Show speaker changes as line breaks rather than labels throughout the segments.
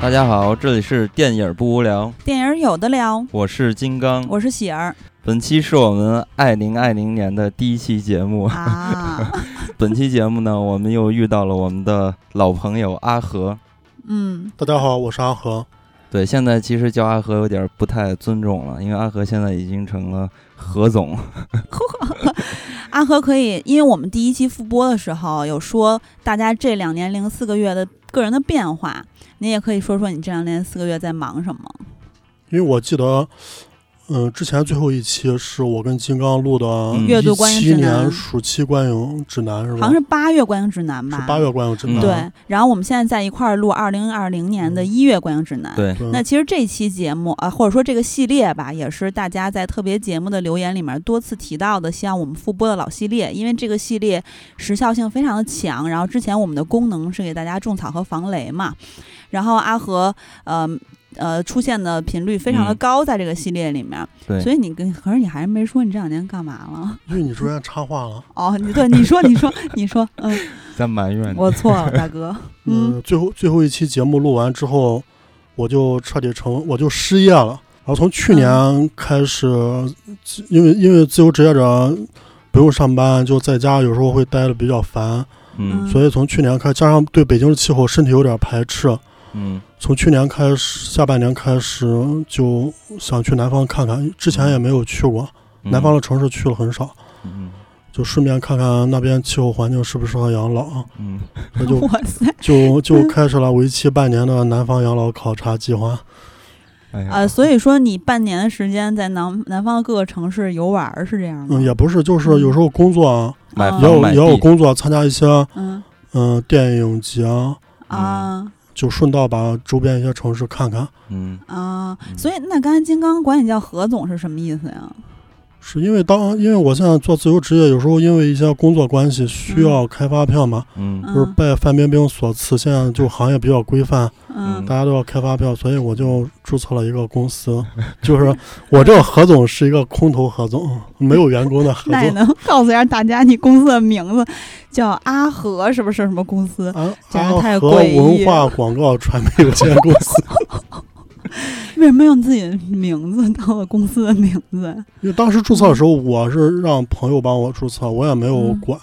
大家好，这里是电影不无聊，
电影有的
嗯
聊。
我是金刚。
我是喜 儿
本期是我们二零二零年的第一期节目。
啊，
本期节目呢，我们又遇到了我们的老朋友阿和。
嗯，
大家好，我是阿和。
对，现在其实叫阿和有点不太尊重了，因为阿和现在已经成了何 总。
阿和可以，因为我们第一期复播的时候有说大家这两年零四个月的个人的变化，你也可以说说你这两年四个月在忙什么。
因为我记得，嗯、之前最后一期是我跟金刚录的
嗯
阅读观影指南
七年暑期观影指南是
好
吧？
像是八月观影指南吧？
是八月观影指南。
对，然后我们现在在一块儿录二零二零年
嗯
的一月观影指南。
对，
对
那其实这期节目啊，或者说这个系列吧，也是大家在特别节目的留言里面多次提到的，像我们复播的老系列，因为这个系列时效性非常的强。然后之前我们的功能是给大家种草和防雷嘛，然后阿和呃呃出现的频率非常的
嗯
高，在这个系列里面。
对
所以你跟可是你还是没说你这两年干嘛了？
因为你中间插话了。
哦，你对你说你说你说， 嗯，
在埋怨你。
我错了，大哥，嗯
嗯，最后最后一期节目录完之后，我就彻底成我就失业了。然后从去年开始，因为因为自由职业者不用上班，就在家，有时候会待的比较烦，
嗯
所以从去年开，加上对北京的气候身体有点排斥，
嗯
从去年开始，下半年开始就想去南方看看，之前也没有去过，
嗯，
南方的城市去了很少，
嗯。
就顺便看看那边气候环境适不适合养老 啊，
嗯嗯，
那就
哇塞，
就就开始了为期半年的南方养老考察计划。
哎呀，
呃，所以说你半年的时间在南南方各个城市游玩儿是这样吗？
嗯，也不是，就是有时候工作啊，
买
嗯
也
房
有
买
也有
地，
工作，参加一些
嗯
嗯、电影节啊，
嗯
啊
就顺道把周边一些城市看看。
嗯
啊，所以那刚才金刚管你叫何总是什么意思呀？嗯
是因为当因为我现在做自由职业，有时候因为一些工作关系需要开发票嘛，
嗯
就是
嗯
拜范冰冰所赐，现在就行业比较规范，
嗯
嗯
大家都要开发票，所以我就注册了一个 公司，就是我这个何总是一个空头何总，没有员工的何
那也
总。啊
能 告诉一下大家，你公司的名字叫阿和，是不是什么公司？
安
简直太
啊安和
诡异
文化广告传媒有限公 司，
为什么用自己的名字当了公司的名字？
因为当时注册的时候，我是让朋友帮我注册，我也没有管。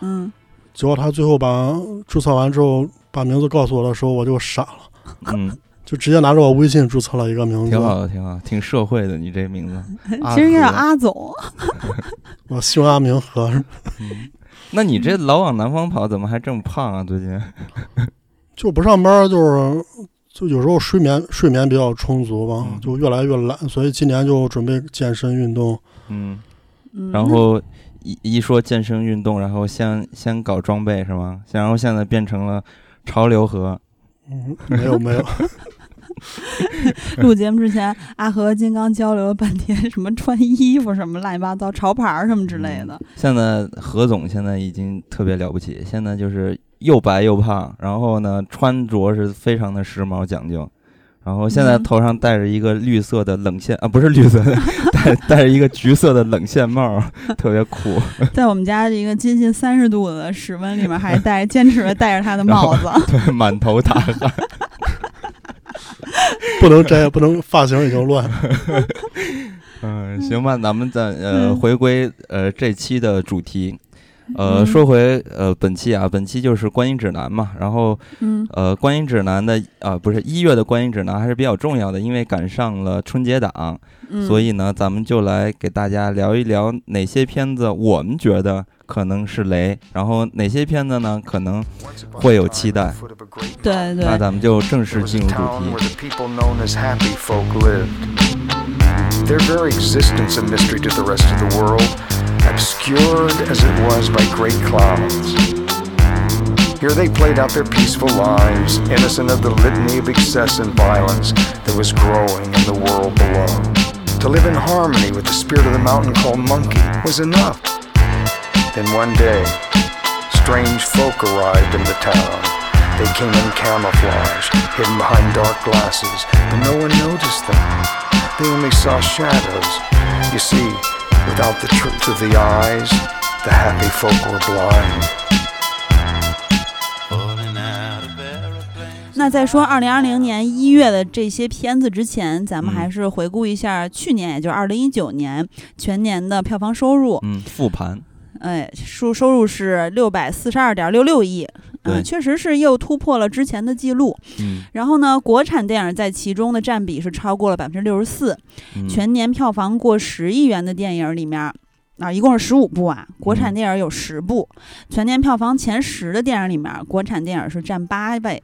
嗯，
结果他最后把注册完之后，把名字告诉我的时候，我就傻了，
嗯，
就直接拿着我微信注册了一个名字
挺。好的，挺好，挺社会的，你这名字。阿
其实应该叫
和
阿总。
我姓阿明和，
嗯， 那你这老往南方跑，怎么还这么胖啊？最近？
就不上班，就是就有时候睡眠睡眠比较充足吧
嗯，
就越来越懒，所以今年就准备健身运动。
嗯，
嗯，
然后一一说健身运动，然后先先搞装备是吗？然后现在变成了潮流盒。
嗯，没有没有，
录节目之前，阿和金刚交流了半天，什么穿衣服什么乱七八糟，潮牌儿什么之类的。
现在何总现在已经特别了不起，现在就是又白又胖，然后呢穿着是非常的时髦讲究，然后现在
嗯
头上戴着一个绿色的冷线啊，不是绿色的， 戴戴着一个橘色的冷线帽，特别酷。
在我们家这个接近三十度的室温里面，还戴坚持着戴着他的帽 子。
对，满头大汗。
不能摘，不能发型已经乱了。
嗯，行吧，咱们再呃
嗯
回归呃这期的主题。呃，
嗯
说回呃本期啊，本期就是观影指南嘛。然后
嗯
呃，观影指南的啊、不是一月的观影指南还是比较重要的，因为赶上了春节档，
嗯，
所以呢，咱们就来给大家聊一聊哪些片子我们觉得可能是雷，然后哪些片子呢可能
会有期待。
嗯对
那
对，
咱们就正式
是
进
进
入
入
主
主
题。
题。Their very existence a mystery to the rest of the world, obscured as it was by great clouds. Here they played out their peaceful lives, innocent of the litany of excess and violence that was growing in the world below. To live in harmony with the spirit of the mountain called Monkey was enough. Then one day, Strange folk arrived in the town. They came in camouflage, hidden behind dark glasses, but no one noticed them. They only saw shadows. You see, without the truth of the eyes, the happy folk were blind.
那在说二零二零年一月的这些片子之前，咱
嗯
们还是回顾一下去年，也就是二零一九年全年的票房收入。
嗯，复盘，
哎，收收入是六百四十二点六六亿，嗯、
对
确实是又突破了之前的记录。
嗯，
然后呢，国产电影在其中的占比是超过了百分之六十四，
嗯
全年票房过十亿元的电影里面。啊，一共是十五部啊，国产
嗯
电影有十部，全年票房前十的电影里面，国产电影是占八位，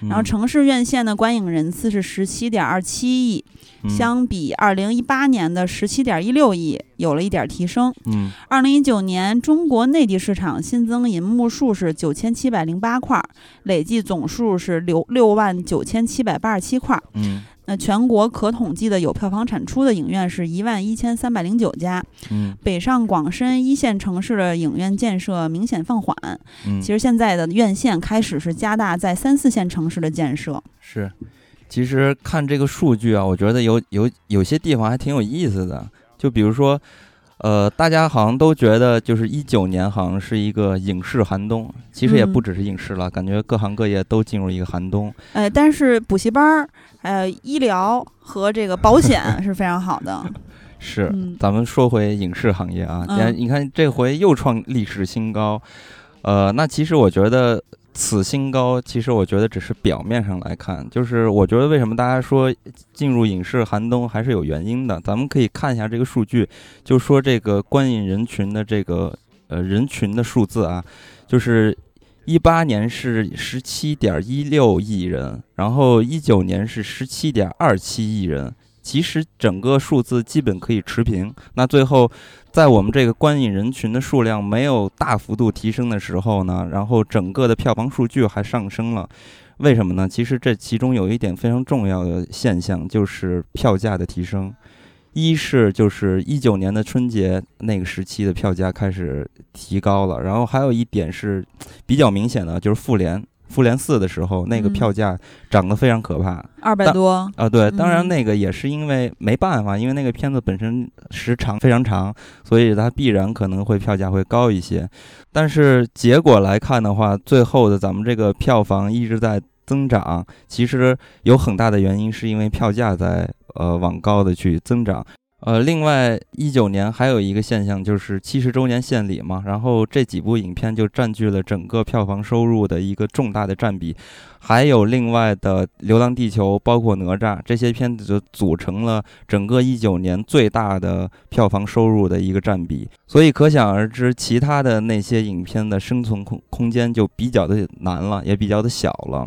然后
嗯
城市院线的观影人次是十七点二七亿，
嗯
相比二零一八年的十七点一六亿，有了一点提升。
嗯
二零一九年中国内地市场新增银幕数是九千七百零八块儿，累计总数是六六万九千七百八十七块儿。
嗯
那全国可统计的有票房产出的影院是一万一千三百零九家。
嗯
北上广深一线城市的影院建设明显放缓，
嗯，
其实现在的院线开始是加大在三四线城市的建设。
是，其实看这个数据啊，我觉得有有有些地方还挺有意思的。就比如说，呃，大家好像都觉得就是一九年好像是一个影视寒冬，其实也
嗯
不只是影视了，感觉各行各业都进入一个寒冬。
呃，但是补习班儿、呃医疗和这个 保险是非常好的。
是，
嗯
咱们说回影视行业啊，
嗯
你看你看这回又创历史新高，呃，那其实我觉得此新高，其实我觉得只是表面上来看，就是我觉得为什么大家说进入影视寒冬还是有原因的，咱们可以看一下这个数据，就说这个观影人群的这个呃人群的数字啊，就是。一八年是十七点一六亿人，然后一九年是十七点二七亿人，其实整个数字基本可以持平。那最后，在我们这个观影人群的数量没有大幅度提升的时候呢，然后整个的票房数据还上升了。为什么呢？其实这其中有一点非常重要的现象，就是票价的提升。一是就是一九年的春节那个时期的票价开始提高了，然后还有一点是比较明显的，就是复联复联四的时候那个
嗯
票价涨得非常可怕，
二百
但
多，
啊，对，当然
嗯
那个也是因为没办法，因为那个片子本身时长非常长，所以它必然可能会票价会高一些。但是结果来看的话，最后的咱们这个票房一直在增长，其实有很大的原因是因为票价在呃往高的去增长。呃，另外，一九年还有一个现象就是七十周年献礼嘛，然后这几部影片就占据了整个票房收入的一个重大的占比，还有另外的《流浪地球》，包括《哪吒》这些片子，就组成了整个一九年最大的票房收入的一个占比。所以可想而知，其他的那些影片的生存空空间就比较的难了，也比较的小了。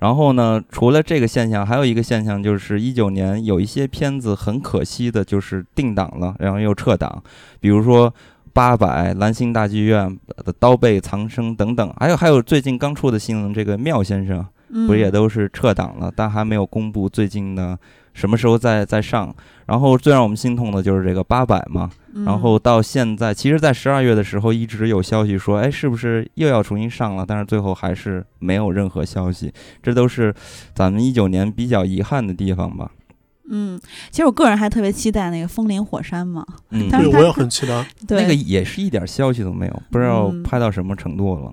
然后呢，除了这个现象，还有一个现象就是，一九年有一些片子很可惜的，就是定档了，然后又撤档，比如说。八百、兰心大剧院的《刀背藏身》等等，还有还有最近刚出的新闻，这个妙先生，
嗯，
不是也都是撤档了，但还没有公布最近的什么时候再再上。然后最让我们心痛的就是这个八百嘛，
嗯
然后到现在，其实，在十二月的时候一直有消息说，哎，是不是又要重新上了？但是最后还是没有任何消息，这都是咱们一九年比较遗憾的地方吧。
嗯，其实我个人还特别期待那个《风林火山》嘛，
嗯，
但
对
是
我
它
也很期待。
对，
那个也是一点消息都没有，不知道
嗯
拍到什么程度了。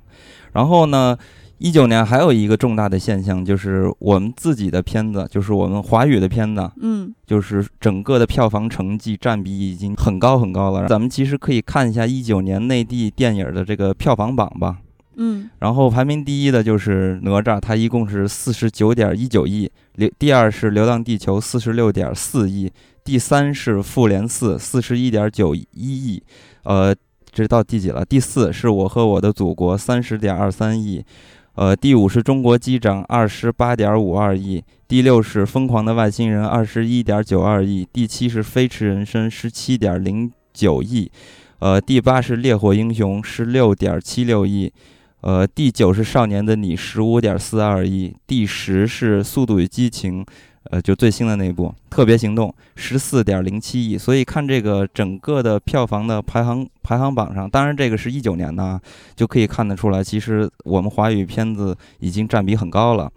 然后呢，一九年还有一个重大的现象，就是我们自己的片子，就是我们华语的片子，啊
嗯
就是整个的票房成绩占比已经很高很高了。咱们其实可以看一下一九年内地电影的这个票房榜吧。
嗯
然后排名第一的就是哪吒，它一共是四十九点一九亿；流第二是《流浪地球》四十六点四亿；第三是《复联四》四十一点九一亿，呃，这到第几了？第四是我和我的祖国三十点二三亿，呃，第五是中国机长二十八点五二亿，第六是疯狂的外星人二十一点九二亿，第七是飞驰人生十七点零九亿，呃，第八是烈火英雄十六点七六亿，呃，第九是《少年的你》十五点四二亿，第十是《速度与激情》，呃，就最新的那一部《特别行动》十四点零七亿。所以看这个整个的票房的排行排行榜上，当然这个是一九年的啊，就可以看得出来，其实我们华语片子已经占比很高了。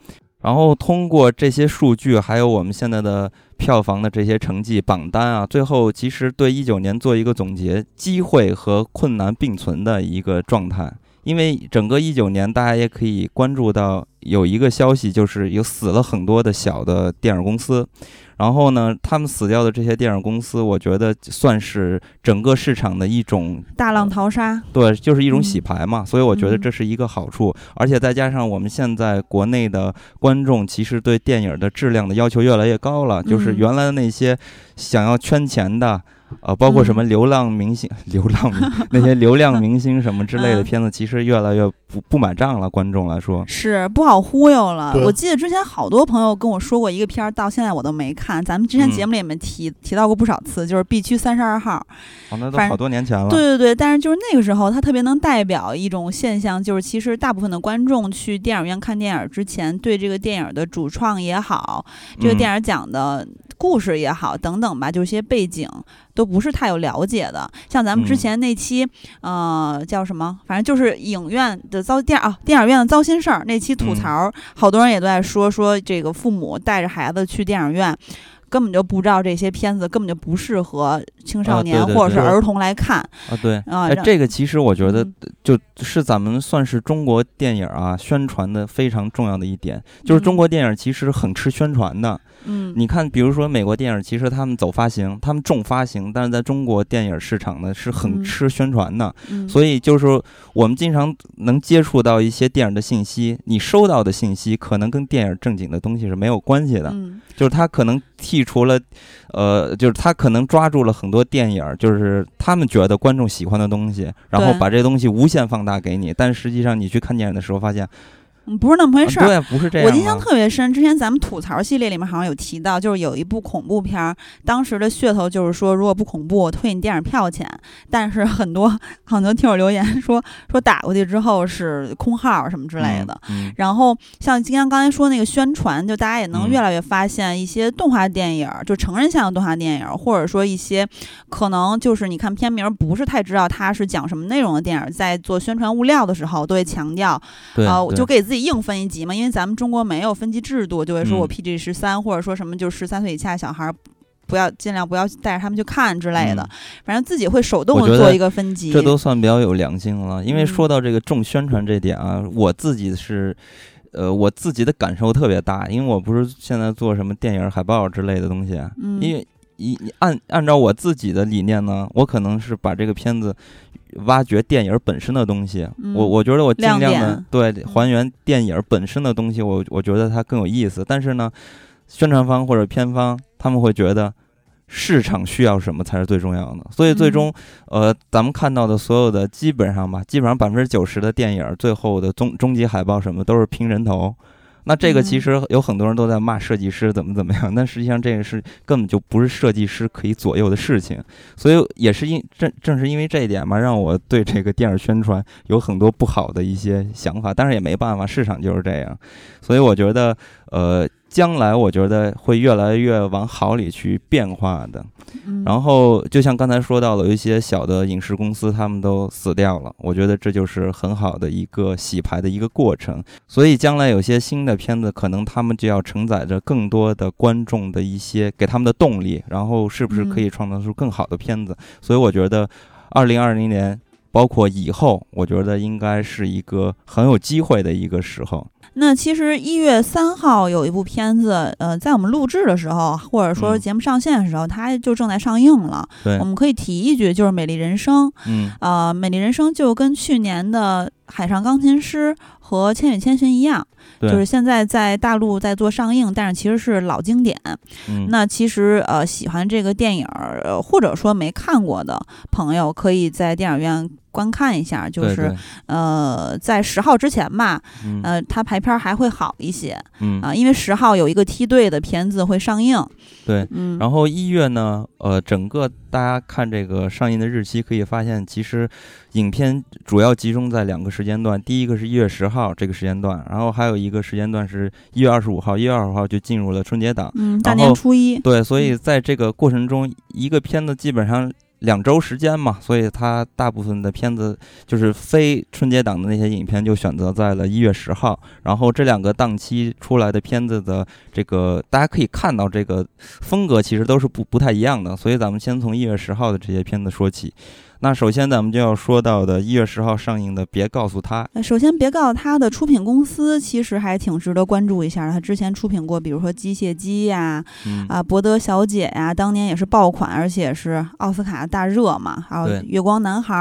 然后通过这些数据，还有我们现在的票房的这些成绩榜单啊，最后其实对一九年做一个总结，机会和困难并存的一个状态。因为整个一九年，大家也可以关注到有一个消息，就是有死了很多的小的电影公司。然后呢，他们死掉的这些电影公司，我觉得算是整个市场的一种
大浪淘沙，
对，就是一种
嗯
洗牌嘛，所以我觉得
嗯
这是一个好处，而且再加上我们现在国内的观众其实对电影的质量的要求越来越高了，就是
嗯
原来的那些想要圈钱的，呃，包括什么
嗯
流浪明星、 流浪明那些流量明星什么之类的
嗯
片子，其实越来越不不买账了，观众来说，
是不好忽悠了。
对
我记得之前好多朋友跟我说过一个片儿，到现在我都没看。咱们之前
嗯
节目里面提、提到过不少次，就是 B 区三十二号。
哦，那都
反
好多年前了，
对对对，但是就是那个时候，它特别能代表一种现象，就是其实大部分的观众去电影院看电影之前，对这个电影的主创也好，这个
嗯
电影讲的故事也好，等等吧，就是一些背景都不是太有了解的。像咱们之
嗯
前那期，呃，叫什么？反正就是影院的糟电啊，电影院的糟心事儿那期吐
嗯
槽，好多人也都在说说这个父母带着孩子去电影院。根本就不知道这些片子根本就不适合青
啊
少
对
年
对
或者是
对
儿童来看，
啊，对。
啊，
哎，
让
这个其实我觉得
嗯
就是咱们算是中国电影啊宣传的非常重要的一点，就是中
嗯
国电影其实很吃宣传的。
嗯，
你看，比如说美国电影，其实他们走发行，他们重发行，但是在中国电影市场呢是很
嗯
吃宣传的，
嗯
所以就是说我们经常能接触到一些电影的信息，你收到的信息可能跟电影正经的东西是没有关系的，
嗯
就是他可能剔除了，呃，就是他可能抓住了很多电影，就是他们觉得观众喜欢的东西，然后
对
把这东西无限放大给你，但实际上你去看电影的时候发现，
嗯不是那么回
啊
事儿。
对，不是这样
我
啊。
印象特别深，之前咱们吐槽系列里面好像有提到，就是有一部恐怖片儿，当时的噱头就是说，如果不恐怖，我退你电影票钱。但是很多很多听友留言说说打过去之后是空号儿什么之类的。
嗯，嗯
然后像金刚刚才说那个宣传，就大家也能
嗯
越来越发现一些动画电影儿，就成人向的动画电影儿，或者说一些可能就是你看片名儿不是太知道它是讲什么内容的电影儿，在做宣传物料的时候都会强调
对，
啊、我
对
就给自己硬分一级嘛，因为咱们中国没有分级制度，就会说我
嗯
PG 十三、或者说什么就十三岁以下小孩儿。不要尽量不要带着他们去看之类的，
嗯
反正自己会手动
我觉
的
得
做一个分级。
这都算比较有良心了。因为
嗯
说到这个重宣传这点啊，我自己是，呃，我自己的感受特别大，因为我不是现在做什么电影海报之类的东西啊，
嗯
因为一按按照我自己的理念呢，我可能是把这个片子。挖掘电影本身的东西，
嗯
我我觉得我尽量
亮
的
点嗯
对还原电影本身的东西，我我觉得它更有意思。但是呢，宣传方或者片方他们会觉得市场需要什么才是最重要的，所以
嗯
最终、呃，咱们看到的所有的基本上吧，基本上百分之九十的电影最后的终终极海报什么都是拼人头。那这个其
嗯
实有很多人都在骂设计师怎么怎么样，但实际上这个是根本就不是设计师可以左右的事情，所以也是因正正是因为这一点嘛，让我对这个电影宣传有很多不好的一些想法，但是也没办法，市场就是这样，所以我觉得呃，将来我觉得会越来越往好里去变化的。
嗯
然后就像刚才说到了，有一些小的影视公司他们都死掉了，我觉得这就是很好的一个洗牌的一个过程。所以将来有些新的片子，可能他们就要承载着更多的观众的一些给他们的动力，然后是不是
嗯
可以创造出更好的片子？所以我觉得，二零二零年。包括以后，我觉得应该是一个很有机会的一个时候。
那其实一月三号有一部片子，呃，在我们录制的时候，或者
嗯
说节目上线的时候，它就正在上映了。
对
我，们可以提一句，就是《美丽人生》。
嗯，
呃，《美丽人生》就跟去年的《海上钢琴师》和《千与千寻》一样，
对，
就是现在在大陆在做上映，但是其实是老经典。
嗯，
那其实呃，喜欢这个电影儿、呃或者说没看过的朋友，可以在电影院观看一下，就
对
是
对
呃，在十号之前吧，
嗯
呃，它排片儿还会好一些。
嗯
啊，因为十号有一个梯队的片子会上映。
对
嗯，
然后一月呢，呃，整个大家看这个上映的日期，可以发现其实影片主要集中在两个时间段，第一个是一月十号这个时间段，然后还有一个时间段是一月二十五号，一月二十号就进入了春节档。
嗯，大
然
年
后
初 一，
对，所
嗯
以在这个过程中，一个片子基本上两周时间嘛，所以它大部分的片子就是非春节档的那些影片就选择在了一月十号。然后这两个档期出来的片子的这个，大家可以看到这个风格其实都是不不太一样的，所以咱们先从一月十号的这些片子说起。那首先咱们就要说到的一月十号上映的《别告诉他》，
呃首先，别告诉他的出品公司其实还挺值得关注一下的。他之前出品过，比如说《机械姬》呀、
嗯，
啊，《博德小姐》呀，当年也是爆款，而且是奥斯卡大热嘛。还有
对
《月光男孩》，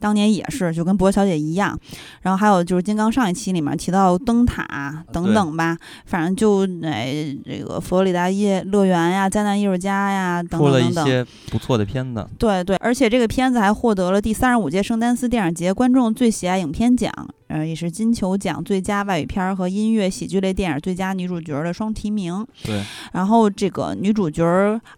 当年也是，就跟《博德小姐》一样。然后还有就是《金刚》上一期里面提到灯塔
啊
等等吧，反正就哎这个佛罗里达夜乐园呀、灾难艺术家呀等
出
等
了一
等等。
些不错的片子，
对对，而且这个片子还获得了第三十五届圣丹斯电影节观众最喜爱影片奖，呃，也是金球奖最佳外语片儿和音乐喜剧类电影最佳女主角的双提名。
对，
然后这个女主角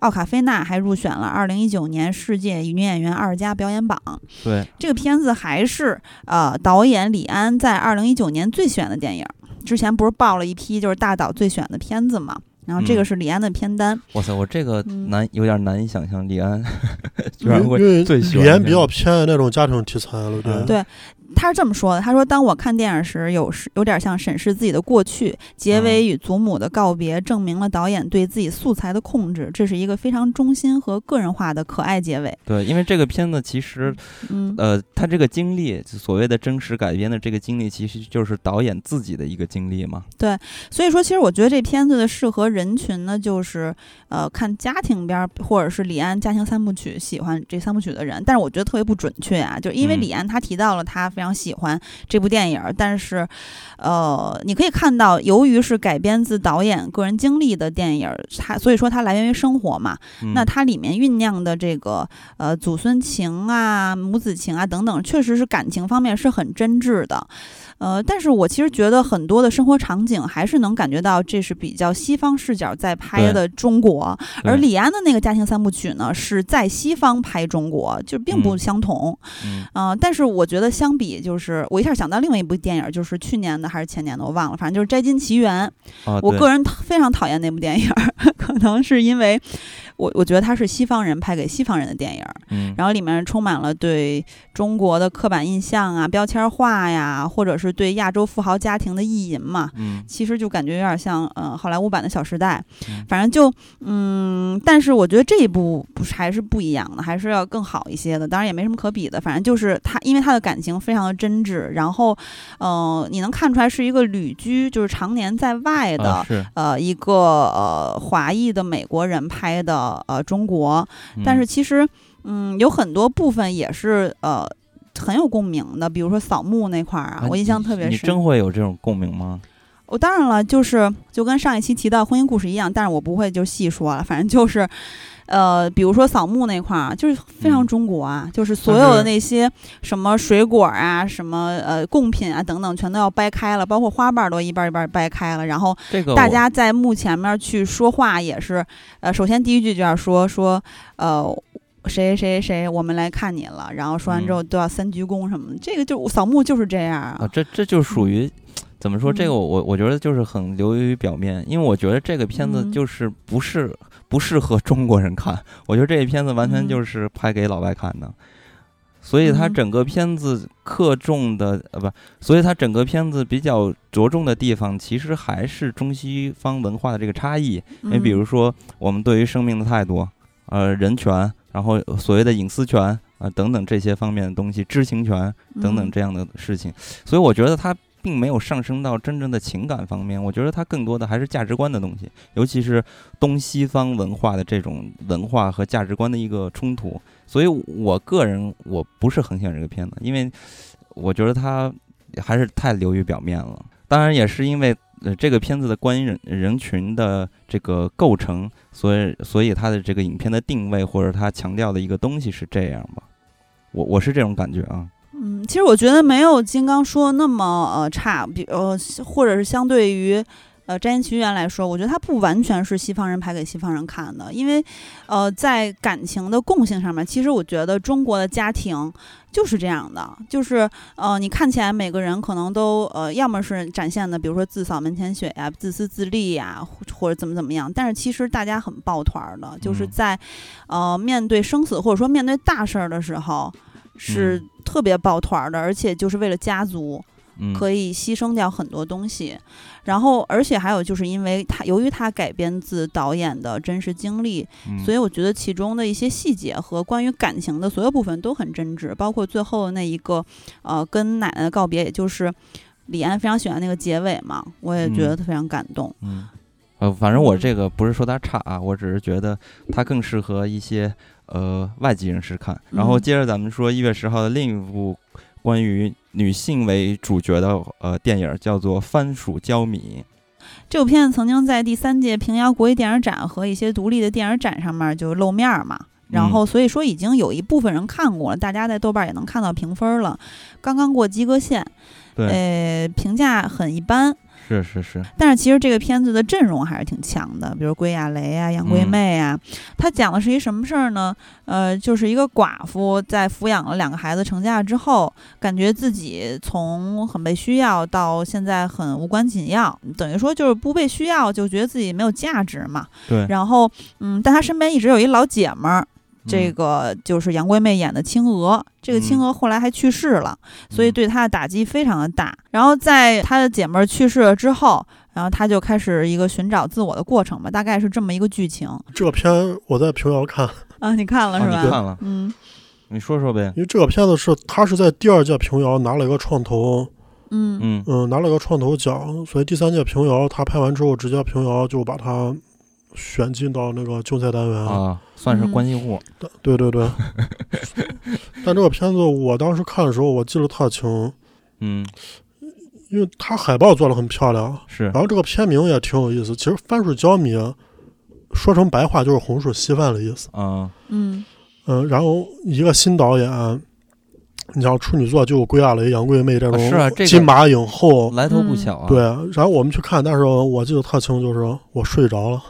奥卡菲娜还入选了二零一九年世界女演员二十佳表演榜。
对，
这个片子还是呃导演李安在二零一九年最选的电影，之前不是报了一批就是大导最选的片子嘛。然后
嗯
这个是李安的片单，
哇塞，我这个
嗯
难有点难以想象，李 安居
因为
然
因
会
为
最喜欢
语言
这
比
样
较偏那种家庭题材了，对
嗯
对他是这么说的：“他说，当我看电影时，有时有点像审视自己的过去。结尾与祖母的告别，证明了导演对自己素材的控制。这是一个非常中心和个人化的可爱结尾。
对，因为这个片子其实
嗯，
呃，他这个经历，就所谓的真实改编的这个经历，其实就是导演自己的一个经历嘛。
所以说，其实我觉得这片子的适合人群呢，就是呃，看家庭片儿或者是李安家庭三部曲，喜欢这三部曲的人。但是我觉得特别不准确啊，就是因为
嗯
李安他提到了他非常喜欢这部电影，但是呃，你可以看到，由于是改编自导演个人经历的电影，它所以说它来源于生活嘛。
嗯、
那它里面酝酿的这个呃祖孙情啊、母子情啊等等，确实是感情方面是很真挚的。呃，但是我其实觉得很多的生活场景还是能感觉到这是比较西方视角在拍
对
的中国，
对
而李安的那个家庭三部曲呢是在西方拍中国，就并不
嗯
相同。
嗯
啊、但是我觉得相比就是我一下想到另外一部电影，就是去年的还是前年的我忘了，反正就是《摘金奇缘》。
啊，
我
对
个人讨非常讨厌那部电影儿， 可能是因为我我觉得它是西方人拍给西方人的电影儿，
嗯，
然后里面充满了对中国的刻板印象啊、标签化呀，或者是对亚洲富豪家庭的意淫嘛。
嗯
其实就感觉有点像，呃，好莱坞版的《小时代
嗯》，
反正就，嗯，但是我觉得这一部不是还是不一样的，还是要更好一些的。当然也没什么可比的，反正就是他，因为他的感情非常的真挚，然后，呃，你能看出来是一个旅居，就是常年在外的，
啊是，
呃一个呃华裔的美国人拍的呃中国，但
嗯
是其实嗯有很多部分也是呃很有共鸣的，比如说扫墓那块儿啊
啊，
我印象
你
特别
你
深
真。会有这种共鸣吗？
我当然了，就是就跟上一期提到婚姻故事一样，但是我不会就细说了，反正就是。呃，比如说扫墓那块儿啊，就是非常
嗯
中国啊，就是所
但
有
是
的那些什么水果啊、什么呃贡品啊等等，全都要掰开了，包括花瓣儿都一瓣儿一瓣儿掰开了，然后
这个
大
我
家在幕前面去说话也是，呃，首先第一句就要说说，呃，谁谁谁，我们来看你了，然后说完之后都要三鞠躬什么的，这个就扫墓就是这样
嗯啊
啊，，
这这就属于怎么说？这个
嗯
我我觉得就是很流于表面，因为我觉得这个片子
嗯
就是不是不适合中国人看，我觉得这个片子完全
嗯
就是拍给老外看的。所以它
嗯
整个片子侧重的呃不，所以它整个片子比较着重的地方，其实还是中西方文化的这个差异。你
嗯
哎比如说，我们对于生命的态度，呃，人权，然后所谓的隐私权啊、等等这些方面的东西，知情权等等
嗯
这样的事情，所以我觉得它并没有上升到真正的情感方面，我觉得它更多的还是价值观的东西，尤其是东西方文化的这种文化和价值观的一个冲突。所以我个人我不是很喜欢这个片子，因为我觉得它还是太流于表面了。当然也是因为呃这个片子的观影人人群的这个构成，所以所以它的这个影片的定位或者它强调的一个东西是这样吧，我我是这种感觉啊，
嗯，其实我觉得没有金刚说那么呃差，比呃或者是相对于。呃，摘金奇缘来说，我觉得它不完全是西方人拍给西方人看的，因为，呃，在感情的共性上面，其实我觉得中国的家庭就是这样的，就是呃，你看起来每个人可能都呃，要么是展现的，比如说自扫门前雪呀、自私自利呀、或或者怎么怎么样，但是其实大家很抱团儿的，就是
嗯
在、呃面对生死或者说面对大事儿的时候，是特别抱团儿的，而且就是为了家族。
嗯，
可以牺牲掉很多东西。然后，而且还有就是因为他，由于他改编自导演的真实经历，
嗯
所以我觉得其中的一些细节和关于感情的所有部分都很真挚，包括最后那一个，呃，跟奶奶的告别，也就是李安非常喜欢那个结尾嘛，我也觉得非常感动。
嗯，呃，反正
嗯
我这个不是说它差啊，我只是觉得它更适合一些呃外籍人士看。然后
嗯
接着咱们说一月十号的另一部关于女性为主角的呃电影，叫做《番薯焦米》。
这部片子曾经在第三届平遥国际电影展和一些独立的电影展上面就露面儿嘛。然后，所以说已经有一部分人看过了，大家在豆瓣也能看到评分了。刚刚过及格线，
对，
呃，评价很一般。
是是是，
但是其实这个片子的阵容还是挺强的，比如归亚蕾啊、杨贵妹啊。她讲的是一什么事儿呢？呃，就是一个寡妇在抚养了两个孩子成家了之后，感觉自己从很被需要到现在很无关紧要，等于说就是不被需要，就觉得自己没有价值嘛。
对，
然后，嗯，但她身边一直有一老姐们儿，这
嗯
个就是杨贵妹演的青娥，这个青
嗯
娥后来还去世了，所以
嗯
对她的打击非常的大。然后在她的姐妹儿去世了之后，然后她就开始一个寻找自我的过程吧，大概是这么一个剧情
这个片我在平遥看，
啊。你看了
哦
是
你
吧？
看了，
嗯
你说说呗。
因为这个片子是他是在第二届平遥拿了一个创投，
嗯
嗯
嗯，拿了个创投奖，所以第三届平遥他拍完之后，直接平遥就把他选进到那个竞赛单元。
啊，算是
嗯
关系户。
但对 对对。但这个片子我当时看的时候，我记得特清，
嗯，
因为它海报做的很漂亮，
是
然后这个片名也挺有意思。其实番薯焦米，说成白话就是红薯稀饭的意思。
嗯
嗯
嗯，然后一个新导演，你像处女座就有归亚蕾、杨贵妹这种
啊是啊这个
金马影后，
来头不
嗯
小啊。
对，，然后我们去看，但是我记得特清，就是我睡 着了。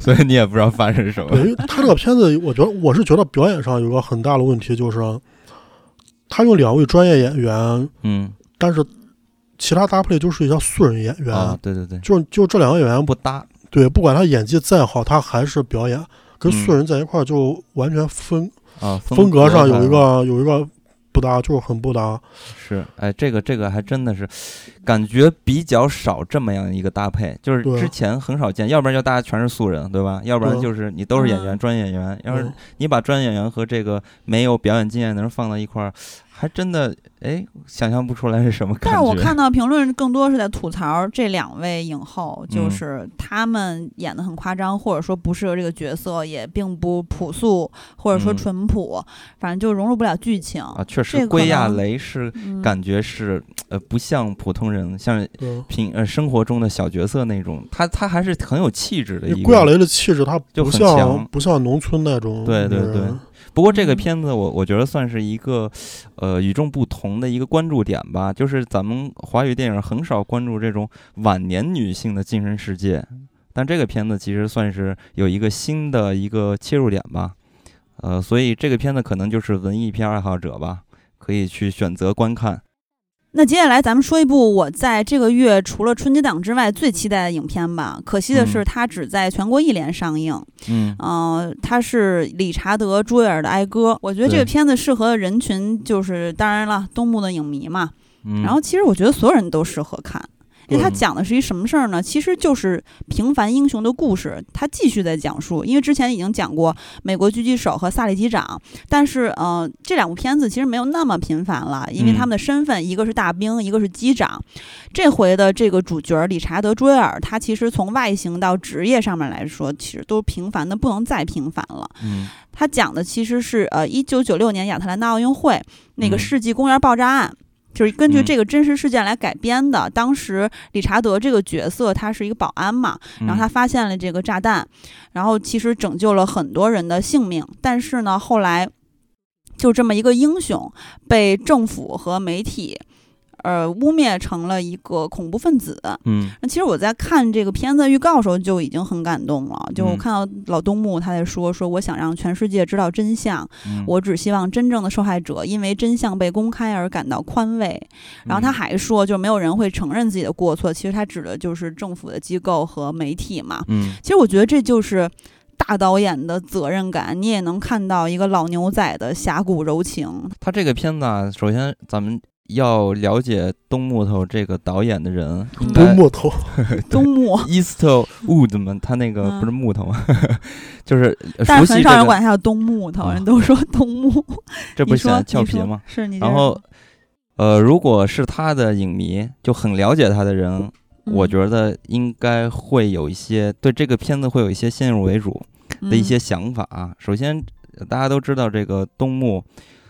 所以你也不知道番是什么。
对，因为他这个片子，我觉得我是觉得表演上有个很大的问题，就是他用两位专业演员，
嗯
但是其他搭配就是一些素人演员，
啊，对对对，
就就这两个演员，
不搭。
对，不管他演技再好，他还是表演，
嗯
跟素人在一块儿就完全分、
啊，
风格上有一
上
个有一个不搭，就是很不搭。
是，哎，这个这个还真的是，感觉比较少这么样一个搭配，就是
对啊
之前很少见，要不然就大家全是素人，对吧？要不然
对啊
就是你都是演员，
嗯
专业演员。要是
嗯
你把专业演员和这个没有表演经验的人放到一块儿，还真的哎，想象不出来是什么感
但
觉。
是我看到评论更多是在吐槽这两位影后，
嗯
就是他们演的很夸张，或者说不适合这个角色，也并不朴素，或者说
嗯
淳朴，反正就融入不了剧情。
啊，确
这
实，
个
归亚
可能
蕾是
嗯
感觉是呃不像普通人，像
嗯，
平呃生活中的小角色那种，她她还是很有气质的一个。
顾亚雷的气质，他
就
不
很
像
强
不像农村那种女
对
人。
对对不过这个
嗯
片子我，我觉得算是一个，呃，与众不同的一个关注点吧。就是咱们华语电影很少关注这种晚年女性的精神世界，但这个片子其实算是有一个新的一个切入点吧。呃，所以这个片子可能就是文艺片爱好者吧，可以去选择观看。
那接下来咱们说一部我在这个月除了春节档之外最期待的影片吧。可惜的是，
嗯
它只在全国一连上映。
嗯
嗯、它是理查德·朱维尔的《哀歌》，我觉得这个
对
片子适合的人群就是，当然了，东木的影迷嘛。
嗯，
然后其实我觉得所有人都适合看。因为它
对
讲的是一什么事儿呢？其实就是平凡英雄的故事，它继续在讲述。因为之前已经讲过美国狙击手和萨利机长，但是呃，这两部片子其实没有那么频繁了，因为
嗯
他们的身份，一个是大兵，一个是机长。这回的这个主角理查德·朱维尔，他其实从外形到职业上面来说，其实都平凡的不能再平凡了。
嗯
他讲的其实是呃，一九九六年亚特兰大奥运会那个
嗯
世纪公园爆炸案。就是根据
嗯
这个真实事件来改编的。当时理查德这个角色，他是一个保安嘛，
嗯
然后他发现了这个炸弹，然后其实拯救了很多人的性命。但是呢，后来就这么一个英雄被政府和媒体，呃，污蔑成了一个恐怖分子。
嗯
那其实我在看这个片子预告的时候就已经很感动了，就我
嗯
看到老东木他在说说，我想让全世界知道真相，
嗯，
我只希望真正的受害者因为真相被公开而感到宽慰。然后他
嗯
还说，就没有人会承认自己的过错，其实他指的就是政府的机构和媒体嘛。
嗯
其实我觉得这就是。大导演的责任感，你也能看到一个老牛仔的侠骨柔情。
他这个片子啊，首先咱们要了解东木头这个导演的人，应
多
该
木头，
东木，
Eastwood 嘛，他那个
嗯
不是木头吗？ 就是呃
但
熟
是
悉
很
这
少人
个，
管他叫东木头，
啊
人都说东木。
这
你
不
说
显俏
你
皮
说
吗？
是你这
然
人，
后，呃，如果是他的影迷，就很了解他的人，
嗯
我觉得应该会有一些对这个片子会有一些先入为主
得
的一些想法、啊首先，呃大家都知道这个东木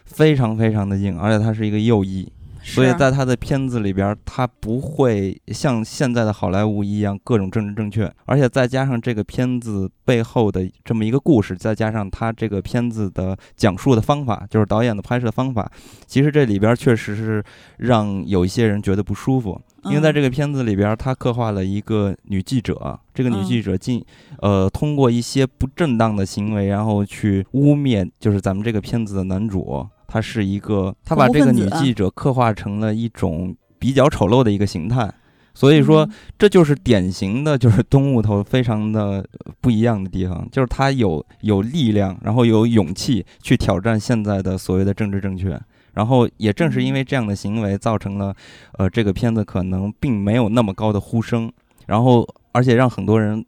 非常非常的硬，而且他是一个右翼，所
啊
以在他的片子里边儿，他不会像现在的好莱坞一样各种政治正确，而且再加上这个片子背后的这么一个故事，再加上他这个片子的讲述的方法，就是导演的拍摄方法，其实这里边儿确实是让有一些人觉得不舒服，因
嗯
为在这个片子里边儿，他刻画了一个女记者，这个女
嗯
记者进呃通过一些不正当的行为，然后去污蔑，就是咱们这个片子的男主，他是一个，他把
恐怖
这个
分
女
子嗯
记者刻画成了一种比较丑陋的一个形态。所
嗯
以说，这就是典型的，就是东木头非常的呃不一样的地方，就是他有有力量，然后有勇气去挑战现在的所谓的政治正确。然后也正是因为这样的行为，造成了，呃，这个片子可能并没有那么高的呼声，然后而且让很多人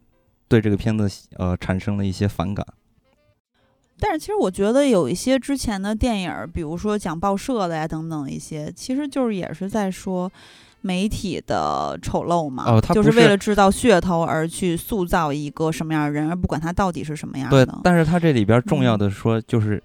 对这个片子呃产生了一些反感。
但是其实我觉得有一些之前的电影儿，比如说讲报社的呀等等一些，其实就是也是在说媒体的丑陋嘛，
哦它
就
不
为
是
了制造噱头而去塑造一个什么样的人，而不管他到底是什么样
对
的。，
但是他这里边重要
嗯
的说就是。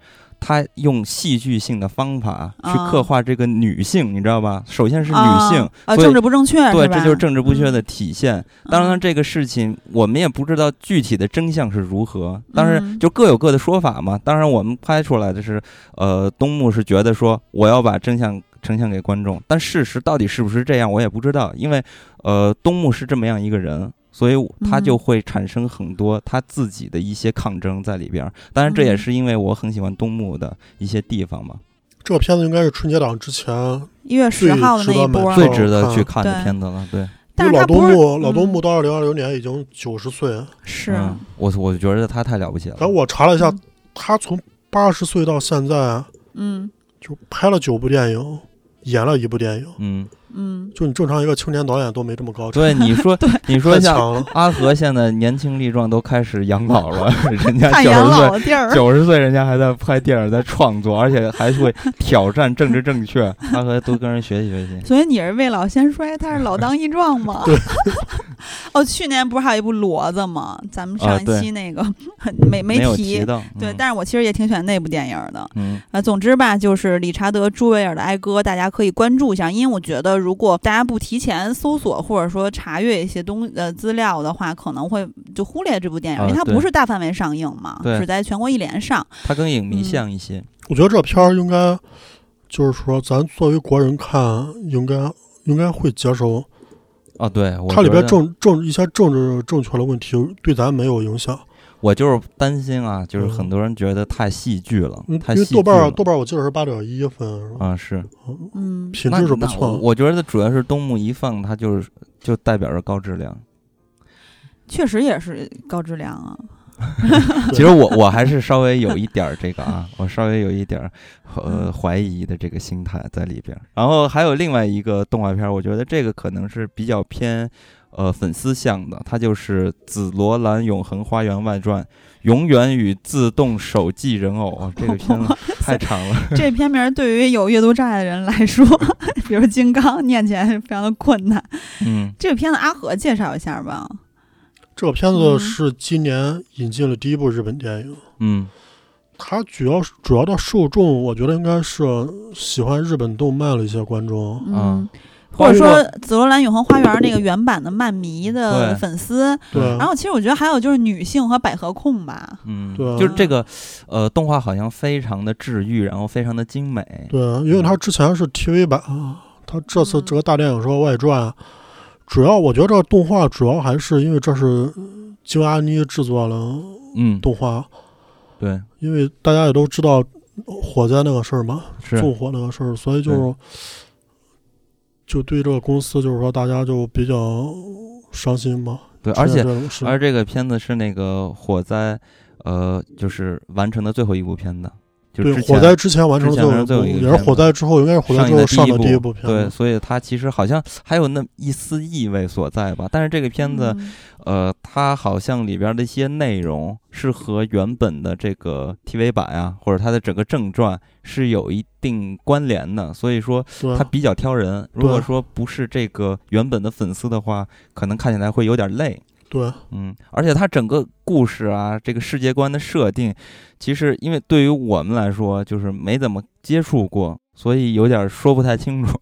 他用戏剧性的方法去
啊
刻画这个女性，你知道吧？首先是女
啊
性，
啊，
所以
政治不正确是吧，
对，这就是政治不确的
嗯。
体现。当然，
嗯
这个事情我们也不知道具体的真相是如何，当然
嗯
就各有各的说法嘛。当然，我们拍出来的是，呃，东木是觉得说我要把真相呈现给观众，但事实到底是不是这样，我也不知道，因为呃，东木是这么样一个人。所以他就
嗯
会产生很多他自己的一些抗争在里边儿，当然这也
嗯
是因为我很喜欢东木的一些地方嘛，
这片子应该是春节档之前，
一月十
最
号的
值
那一
得买
波儿，
最
哦
值得去
看
看的
对
片子了。对，
但
因为
是他
老东
不是
木，老东木
嗯
到二零二零年已经九十岁了。
是、啊
嗯、我我觉得他太了不起了。
然后我查了一下
嗯，
他从八十岁到现在
嗯
就拍了九部电影，演了一部电影。
嗯，
嗯，
就你正常一个青年导演都没这么高产，
对 你说你说
太
一下
强了。
阿和现在年轻力壮，都开始养老 了，人家
看
九
养
十
老
岁，
的 地儿，
九十岁人家还在拍电影，在创作，而且还会挑战政治正 确。阿和多跟人学习学习。
所以你是未老先衰，他是老当益壮嘛？ 哦，去年不是还有一部《骡子》吗？咱们上
啊
一
对
期那个、没
没
没
有
提。
提到，
对，
嗯
但是我其实也挺喜欢那部电影的。
嗯
啊，总之吧，就是理查德·朱维尔的哀歌，大家可以关注一下，因为我觉得如果大家不提前搜索或者说查阅一些东呃资料的话，可能会就忽略这部电影，因为
啊
它
对
不是大范围上映嘛，
对
只在全国一连上。
他跟影迷
嗯
像一些，
我觉得这片儿应该就是说，咱作为国人看，应该应该会接受。
哦，对，我
它里
觉
边
得
政政一些政治正确的问题对咱没有影响。
我就是担心啊，就是
嗯
很多人觉得太戏剧了
嗯，
太
因为
戏剧
豆瓣儿
了。
豆瓣儿我记得是八点一分，
啊是，
嗯，
品
那
质是
那
不
我
错啊的。
我觉得主要是东木一放，它就是就代表着高质量。
确实也是高质量啊。
其实我我还是稍微有一点儿这个啊，我稍微有一点儿呃
嗯
怀疑的这个心态在里边儿。然后还有另外一个动画片儿，我觉得这个可能是比较偏呃粉丝向的，它就是《紫罗兰永恒花园外传》，永远与自动手记人偶。哦这个片子太长了，
这篇名儿对于有阅读障碍的人来说， 比如金刚念起来是非常的困难。
嗯，
这个片子阿和介绍一下吧。
这个片
嗯
子是今年引进了第一部日本电影，
嗯
它主要主要的受众，我觉得应该是喜欢日本动漫的一些观众。
嗯
啊，
或者说《紫罗兰永恒花园》那个原版的漫迷的
对
粉丝。
对，
然后其实我觉得还有就是女性和百合控吧。
嗯，
对啊
就是这个呃动画好像非常的治愈，然后非常的精美。
对，啊
嗯
因为它之前是 TV 版，它这次
嗯
这个大电影是个外传，啊主要我觉得这个动画主要还是因为这是呃京阿妮制作了
嗯，
动画，
对，
因为大家也都知道火灾那个事儿嘛，
是
纵火那个事儿，所以就
对
是就对这个公司就是说大家就比较伤心嘛，
对，而且
出现这种事
而这个片子是那个火灾，呃，就是完成的最后一部片子，就
对
是之，
火
前
灾之前完成
之
了
前
最后
完
一
成
部，
最后一个
也是
片
火
子
灾之后，应该是火灾之后上的
映的
第
第
一
一
部片
对，
子。
所以它其实好像还有那一丝意味所在吧。但是这个片子，
嗯
呃，它好像里边的一些内容是和原本的这个 TV 版啊，或者它的整个正传是有一定关联的。所以说
对，啊
它比较挑人。如果
嗯对啊
说不是这个原本的粉丝的话，可能看起来会有点累。
对，啊
嗯，而且它整个故事啊，这个世界观的设定，其实因为对于我们来说，就是没怎么接触过，所以有点说不太清楚。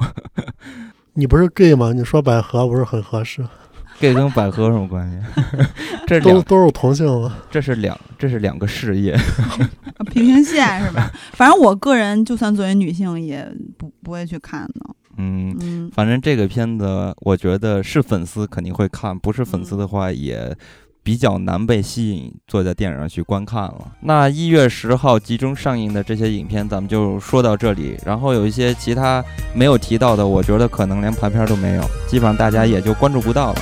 你不是 gay 吗？你说百合不是很合适？
这跟百合有什么关系？ 这是
都
两，
都是同性啊嘛。
这是两，这是两个事业。
啊平行线是吧？ 反正我个人，就算作为女性，也不不会去看的。
嗯，
嗯，
反正这个片子，我觉得是粉丝肯定会看，不是粉丝的话也比较难被吸引坐在电影上去观看了。那一月十号集中上映的这些影片，咱们就说到这里。然后有一些其他没有提到的，我觉得可能连盘片都没有，基本上大家也就关注不到了。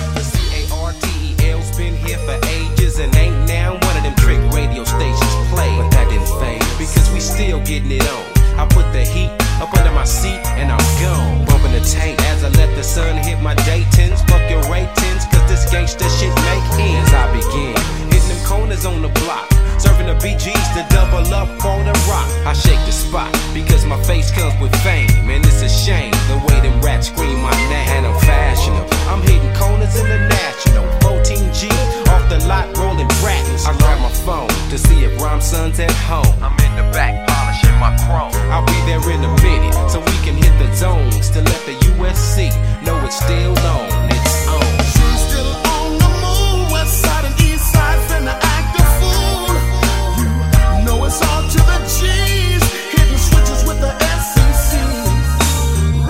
C-A-R-T-E-L's E been here for ages and ain't now one of them trick radio stations play. But that didn't fade because we still getting it on. I put the heat up under my seat and I'm gone. Bumping the tape as I let the sun hit my Dayton's. Fuck your ratings cause this gangsta shit make ends. I begin hitting them corners on the block. Serving the BGs to double up on the rock. I shake the spot because my face comes with fame. And it's a shame the way them rats scream my name. And I'm fashionable. I'm hitting corners in the national. 14 G off the lot rolling brackets. I grab my phone to see if Rhyme Son's at home. I'm in the back polishing my chrome. I'll be there in a minute so we can hit the zones to let the USC know it's still on. It's on.
She's still on the moon, west side and east side, finna act a fool. You know it's all to the G's, hitting switches with the SEC.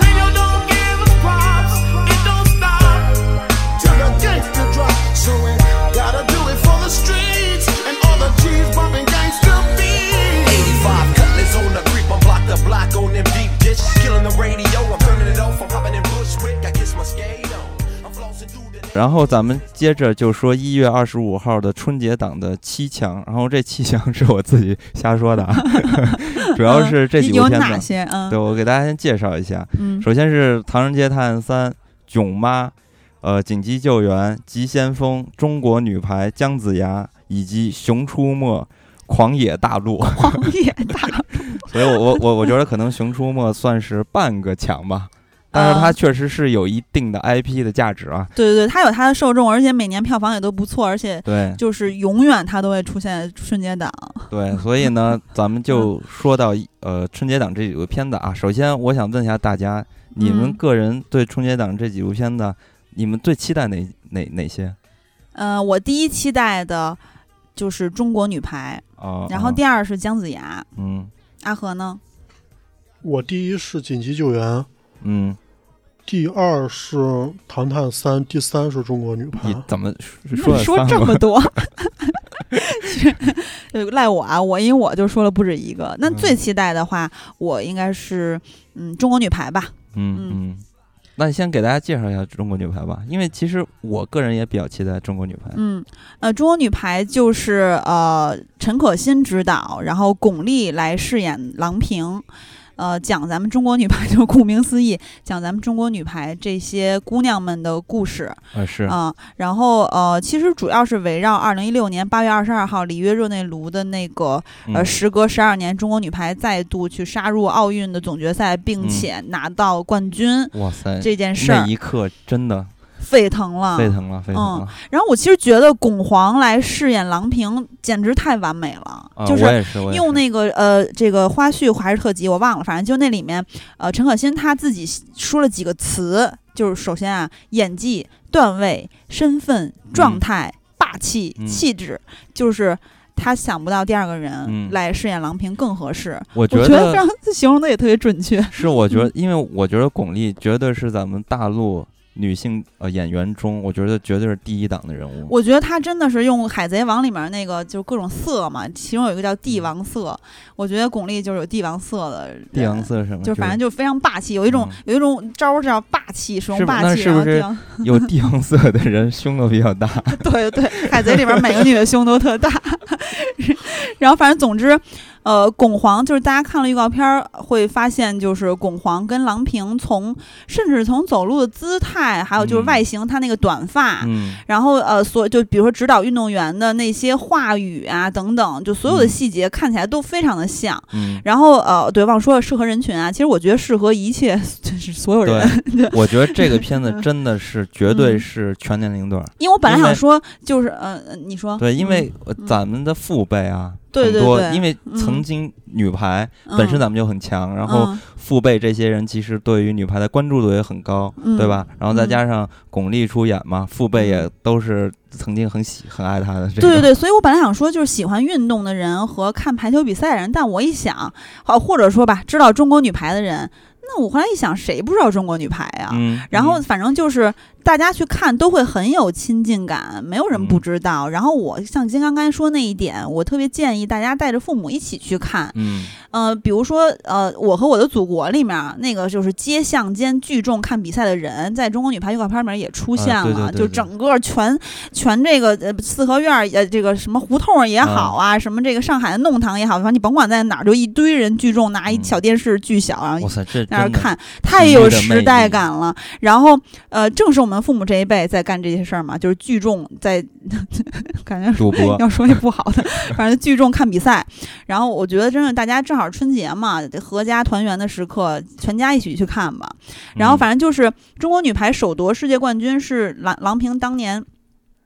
Radio don't give us props, it don't stop till the gangster drop. So we gotta do it for the streets and all the G's bumping gangster beats.
85 cutlets on the creep. I'm block the block on them deep ditches. Killing the radio. I'm turning it off. I'm popping in Bushwick. I kiss my skate on. I'm flossing through the.
然后咱们接着就说一月二十五号的春节档的七强，然后这七强是我自己瞎说的啊， 主要是这几部
有
片
哪
子。
些？
对，
嗯
我给大家先介绍一下，
嗯
首先是《唐人街探案三》《囧妈》、呃《紧急救援》、《急先锋》、《中国女排》、《姜子牙》以及《熊出没》。狂野大 陆，
狂野大陆
所以我我我我觉得可能《熊出没》算是半个强吧，但是它
啊
确实是有一定的 IP 的价值啊。
对对对，它有它的受众，而且每年票房也都不错，而且
对
就是永远它都会出现春节档。
对，所以呢，咱们就说到一呃春节档这几部片子啊。首先，我想问一下大家，你们
嗯
个人对春节档这几部片子，你们最期待哪哪哪些？
嗯，我第一期待的就是中国女排，
啊、
然后
啊
第二是姜子牙，
嗯
阿和呢？
我第一是紧急救援，
嗯，
第二是《唐探三》，第三是中国女排
你。啊怎么说
啊你
得
说
三
这
个
么多， 是对赖我啊！我因为我就说了不止一个。那
嗯
最期待的话，我应该是嗯中国女排吧。
嗯嗯。那你先给大家介绍一下中国女排吧，因为其实我个人也比较期待中国女排。
嗯，呃，中国女排就是呃陈可辛执导，然后巩俐来饰演郎平。呃，讲咱们中国女排，就顾名思义，讲咱们中国女排这些姑娘们的故事。
啊，是
啊，然后呃，其实主要是围绕二零一六年八月二十二号里约热内卢的那个、呃，
嗯
时隔十二年，中国女排再度去杀入奥运的总决赛，并
嗯
且拿到冠军、
哇塞，
这件事
那
儿啊
一刻真的
沸腾了。
沸腾了，沸腾了。
然后我其实觉得巩皇来饰演郎平简直太完美了，
啊，
就
我
是。
也是，我也
用
是
那个呃，这个花絮还是特辑，我忘了，反正就那里面，呃，陈可辛他自己说了几个词，就是首先啊，演技、段位、身份、状
嗯
态、霸气、
嗯
气质，就是他想不到第二个人
嗯
来饰演郎平更合适。
我觉
我觉得
得
非嗯常形容的也特别准确。
是，我觉得，因为我觉得巩俐绝对是咱们大陆女性呃演员中，我觉得绝对是第一档的人物。
我觉得他真的是用《海贼王》里面那个就是各种色嘛，其中有一个叫帝王色，我觉得巩俐就是有帝王色的人
嗯帝王。色是什么？
就反正就非常霸气，有一种、
嗯
有一种招儿叫霸气，使
是
用
不
霸
那
气，
是不是
然后
就有帝王色的人胸都比较大。
帝王对对，海贼里边每个女的胸都特大，然后反正总之，呃，巩皇就是大家看了预告片儿会发现，就是巩皇跟郎平从甚至从走路的姿态，还有就是
嗯
外形，他那个短发，
嗯，
然后呃，所就比如说指导运动员的那些话语啊等等，就所有的
嗯
细节看起来都非常的像。
嗯，
然后呃，对，忘说了适合人群啊，其实我觉得适合一切，就是所有人。
对，我觉得这个片子真的是绝对
嗯
是全年龄段儿。
因为我本来
因为
想说，就是呃，呃你说
对，因为呃
嗯
咱们的父辈啊，
对
很
对
多
对
因为
嗯
曾经女排
嗯
本身咱们就很强，然后
嗯
父辈这些人其实对于女排的关注度也很高，
嗯
对吧？然后再
嗯
加上巩俐出演嘛，父辈也
嗯
都是曾经很喜很爱她的这个。
对对对，所以我本来想说，就是喜欢运动的人和看排球比赛的人，但我一想，好或者说吧，知道中国女排的人，那我后来一想，谁不知道中国女排啊呀、
嗯，
然后
嗯
反正就是大家去看都会很有亲近感，没有人不
嗯
知道。然后我像金刚刚才说那一点，我特别建议大家带着父母一起去看。
嗯
呃，比如说呃，《我和我的祖国》里面那个就是街巷间聚众看比赛的人，在中国女排预告片里面也出现
啊对对
了，
对
就
对
整个全全这个呃四合院儿呃这个什么胡同儿也好啊，什么这个上海的弄堂也好，反正你甭管在哪儿，就一堆人聚众拿一
嗯
小电视巨小，啊然后一
哇塞，这
嗯在那儿
真的
看，太
体
有
育的
时
魅
代
力
感了。然后，呃，正是我们父母这一辈在干这些事儿嘛，就是聚众在， 感觉
主播
要说那不好的，反正聚众看比赛。然后我觉得，真的大家正好春节嘛，合家团圆的时刻，全家一起去看吧。然后
嗯
反正就是中国女排首夺世界冠军是郎郎平当年。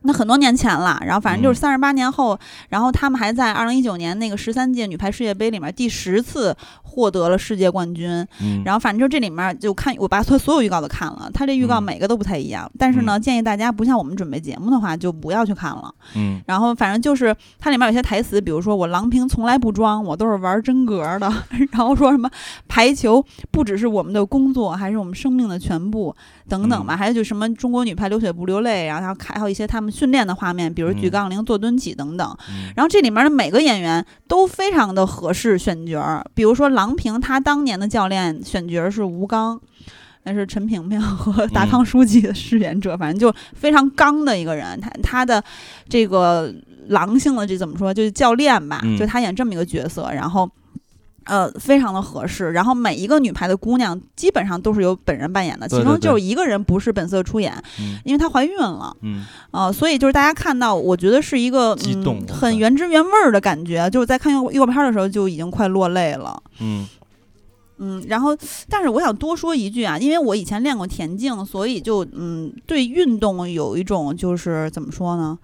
那很多年前了，然后反正
嗯
就是三十八年后，然后他们还在二零一九年那个十三届女排世界杯里面第十次获得了世界冠军。
嗯
然后反正就这里面就看我把所所有预告都看了，它这预告
嗯
每个都不太一样，但是呢，建议大家不像我们准备节目的话就不要去看了。
嗯
然后反正就是它里面有些台词，比如说我郎平从来不装，我都是玩真格的， 然后说什么排球不只是我们的工作，还是我们生命的全部等等吧，
嗯
还有就什么中国女排流血不流泪，然后还有一些他们训练的画面，比如举
嗯
杠铃、做蹲起等等。
嗯
然后这里面的每个演员都非常的合适选角儿，比如说郎平，她当年的教练选角是吴刚，那是陈萍萍和达康书记的饰演者，反正就非常刚的一个人。他 他的这个狼性的这怎么说，就是教练吧，
嗯
就他演这么一个角色，然后。呃，非常的合适。然后每一个女排的姑娘基本上都是由本人扮演的，
对
其中
对对
就有一个人不是本色出演，
嗯
因为她怀孕了。
嗯
啊、所以就是大家看到，我觉得是一个
激动
嗯、
我
很
看
原汁原味儿的感觉，就是在看预告预告片儿的时候就已经快落泪了。
嗯
嗯，然后，但是我想多说一句啊，因为我以前练过田径，所以就嗯，对运动有一种就是怎么说呢，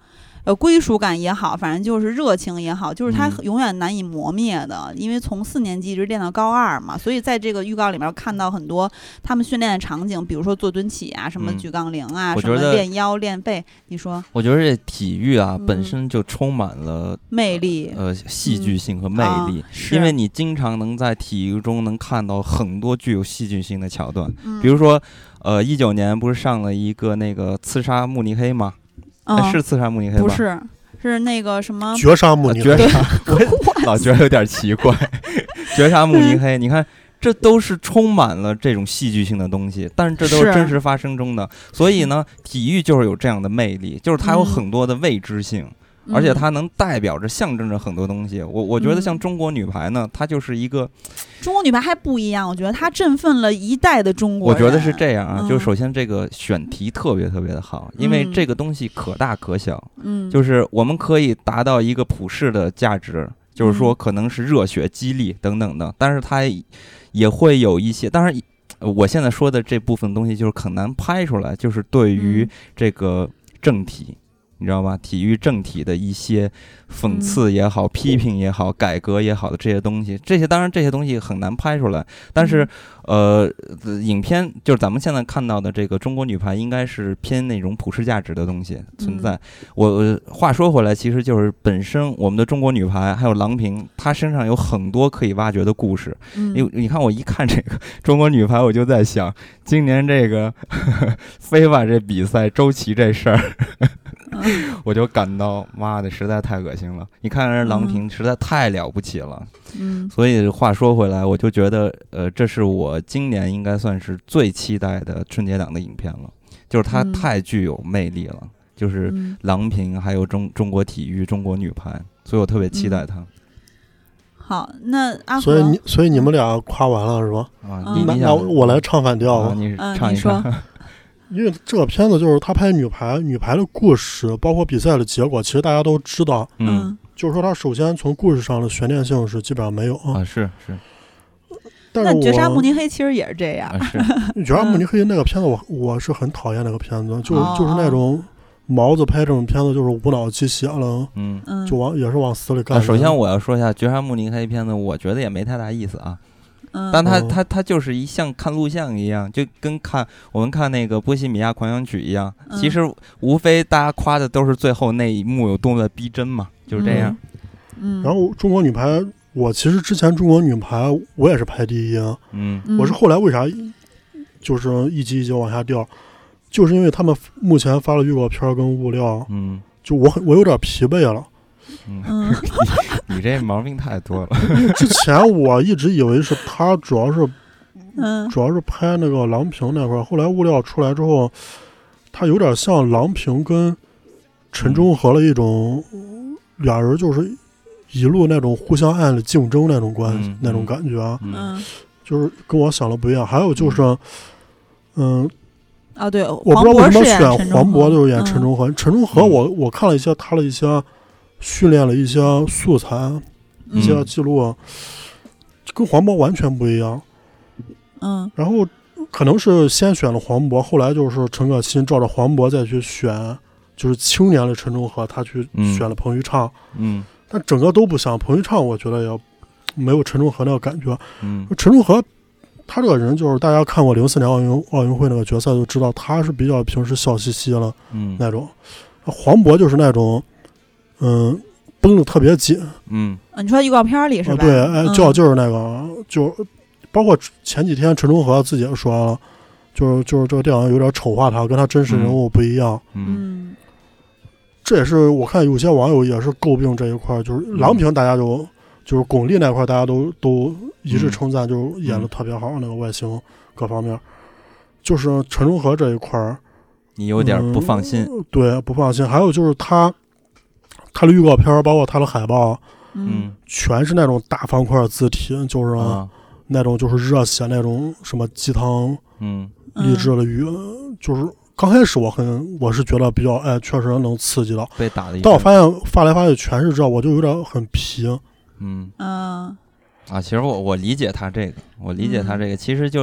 呃，归属感也好，反正就是热情也好，就是它
嗯
永远难以磨灭的。因为从四年级一直练到高二嘛，所以在这个预告里面看到很多他们训练的场景，比如说做蹲起啊，什么
嗯
举杠铃啊，
我
什
觉
么
得
练腰练背，你说
我觉得这体育啊
嗯
本身就充满了
魅力。
呃戏剧性和魅
啊
力，
是
因为你经常能在体育中能看到很多具有戏剧性的桥段，
嗯
比如说。呃，一九年不是上了一个那个刺杀慕尼黑吗？哎
嗯，
是刺杀慕尼黑吗？
不是是那个什么？
绝杀慕
呃，
尼
绝
黑，
杀，我 老觉得有点奇 怪。绝杀慕尼黑，你看，这都是充满了这种戏剧性的东西，但是这都
是
是真实发生中的。所以呢，体育就是有这样的魅力，就是它有
嗯
很多的未知性，而且
嗯
它能代表着、象征着很多东西。我我觉得像
嗯
中国女排呢，它就是一个，
中国女排还不一样，我觉得她振奋了一代的中国
我
人。
觉得是这样啊，
嗯
就是首先这个选题特别特别的好，因为
嗯
这个东西可大可小，
嗯，
就是我们可以达到一个普世的价值，就是
嗯
说可能是热血、激励等等的，但是它也会有一些，当然。呃我现在说的这部分东西就是很难拍出来，就是对于
嗯
这个政体，你知道吧？体育政体的一些讽刺也好、批评也好、改革也好的这些东西，这些当然这些东西很难拍出来，但是、呃，影片就是咱们现在看到的这个中国女排，应该是偏那种普世价值的东西存在。我我话说回来，其实就是本身我们的中国女排还有郎平，她身上有很多可以挖掘的故事。
嗯
因为你看，我一看这个中国女排，我就在想，今年这个 非法这比赛周琦这事儿，
嗯
我就感到妈的实在太恶心了。你看人家郎平实在太了不起了，
嗯
所以话说回来，我就觉得，呃，这是我今年应该算是最期待的春节档的影片了，就是它
嗯
太具有魅力了，就是
嗯嗯
郎平，还有中中国体育、中国女排，所以我特别期待它。
好，那阿和，
所以你所以你们俩夸完了是吧？
啊，
嗯
你
那
你
那
想
我来唱反调
啊，
吧，
你
嗯
唱一
你说
唱，
因为这个片子就是他拍女排，女排的故事，包括比赛的结果，其实大家都知道。
嗯
就是说，他首先从故事上的悬念性是基本上没有啊。
啊是是
但
那
是
《
我
绝杀慕尼黑》其实也是这样
啊，是，
《绝杀慕尼黑》那个片子我，我是很讨厌那个片子，就是
哦
就是那种毛子拍这种片子，就是无脑鸡血了，
嗯。
嗯，
就往也是往死里
啊，
干人。
首先我要说一下《绝杀慕尼黑》片子，我觉得也没太大意思啊。
嗯，
但它
哦
它它就是一像看录像一样，就跟看我们看那个《波西米亚狂想曲》一样，其
嗯
实无非大家夸的都是最后那一幕有多么的逼真嘛，就是这样。
嗯，
然后中国女排，我其实之前中国女排我也是排第一啊，
嗯
嗯
我是后来为啥就是一级一级往下掉，就是因为他们目前发了预告片儿跟物料，
嗯
就我很我有点疲惫了。
嗯，
嗯
你这毛病太多了。
之前我一直以为是他主要是
嗯
主要是拍那个郎平那块儿，后来物料出来之后，他有点像郎平跟陈忠和的一种，俩人就是一路那种互相爱的竞争那种关系、
嗯
那种感觉啊，
嗯
嗯，
就是跟我想的不一样。还有就是，嗯，
哦对，
我不知道为
黄
什
渤
么
饰演
选
陈嗯忠
黄渤
和
就是演陈，忠和，陈忠和
嗯
我我看了一些他的一些训练了一些素材，啊一
嗯
些记录，啊跟黄渤完全不一样。
嗯
然后可能是先选了黄渤，后来就是陈可辛照着黄渤再去选，就是青年的陈忠和，他去
嗯
选了彭昱畅，
嗯
但整个都不像彭昱畅，我觉得也没有陈忠和那个感觉。
嗯
陈忠和他这个人就是大家看过零四年奥运奥运会那个决赛就知道，他是比较平时笑嘻嘻了
嗯
那种，黄渤就是那种，嗯。绷得特别紧啊、
嗯
嗯，你说预告片里是吧？
对，哎，
嗯
较劲儿那个，就包括前几天陈忠和自己也说了，就是就是这个电影有点丑化他，跟他真实人物不一样。
嗯
嗯
这也是我看有些网友也是诟病这一块儿，就是郎平大家就、就是巩俐那块儿大家都都一致称赞，就是演的特别好，那个外形各方面。就是陈忠和这一块儿，
你有点不放心。
对不放心。还有就是他，他的预告片儿包括他的海报，
嗯
嗯
全是那种大方块字体，就是、
啊
那种就是热血那种什么鸡汤
嗯
励志的语，就是刚开始我很我是觉得比较哎，确实能刺激到，
被打了一。
但我发现发来发去全是这，我就有点很皮。
嗯。
嗯
啊，其实我我理解他这个，我理解他
嗯
这个，其实就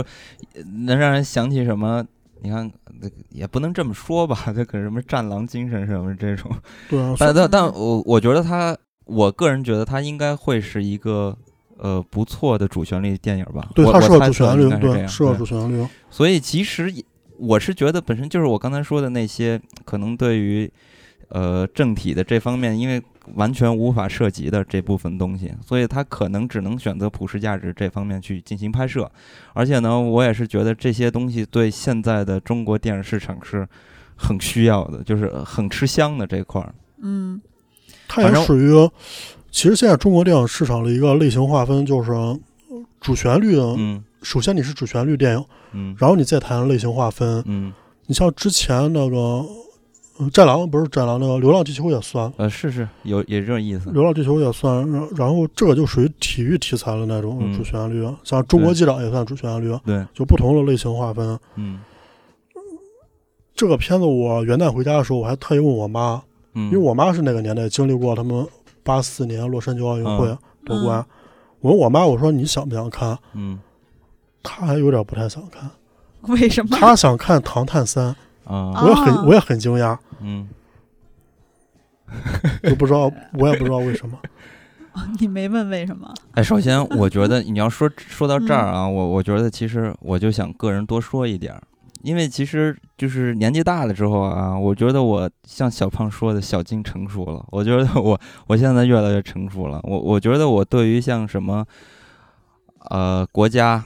呃能让人想起什么？你看，这个也不能这么说吧，这个什么战狼精神什么这种，
对啊，
但但但我我觉得他，我个人觉得他应该会是一个呃不错的主旋律电影吧。
对
我
它
我
适合
猜
主
测
旋
应
律
该，是这
对
样
适合
对
主旋律。
所以其实也我是觉得本身就是我刚才说的那些，可能对于呃政体的这方面，因为完全无法涉及的这部分东西，所以它可能只能选择普世价值这方面去进行拍摄。而且呢，我也是觉得这些东西对现在的中国电影市场是很需要的，就是很吃香的这块儿。
嗯
它
反
也
正
属于，其实现在中国电影市场的一个类型划分就是主旋律。
嗯
首先你是主旋律电影，
嗯
然后你再谈类型划分。
嗯，
你像之前那个呃战狼》，不是《战狼》，那个《流浪地球》也算。
呃，是是有也这种意思。
《流浪地球》也算，然然后这个就属于体育题材的那种
嗯
主旋律，啊像《中国机长》也算主旋律，啊
对，
就不同的类型划分。
嗯
这个片子我元旦回家的时候，我还特意问我妈，
嗯，
因为我妈是那个年代经历过他们八四年洛杉矶奥运会啊
嗯
夺冠，我问我妈我说你想不想看？
嗯
她还有点不太想看，
为什么？
她想看《唐探三》，
嗯啊
啊
我也很我也很惊讶，
嗯
就不知道我也不知道为什 么。
你没问为什么？
哎，首先，我觉得你要说说到这儿啊，我我觉得其实我就想个人多说一点儿，因为其实就是年纪大了之后啊，我觉得我像小胖说的，小金成熟了。我觉得我我现在越来越成熟了。我我觉得我对于像什么，呃，国家、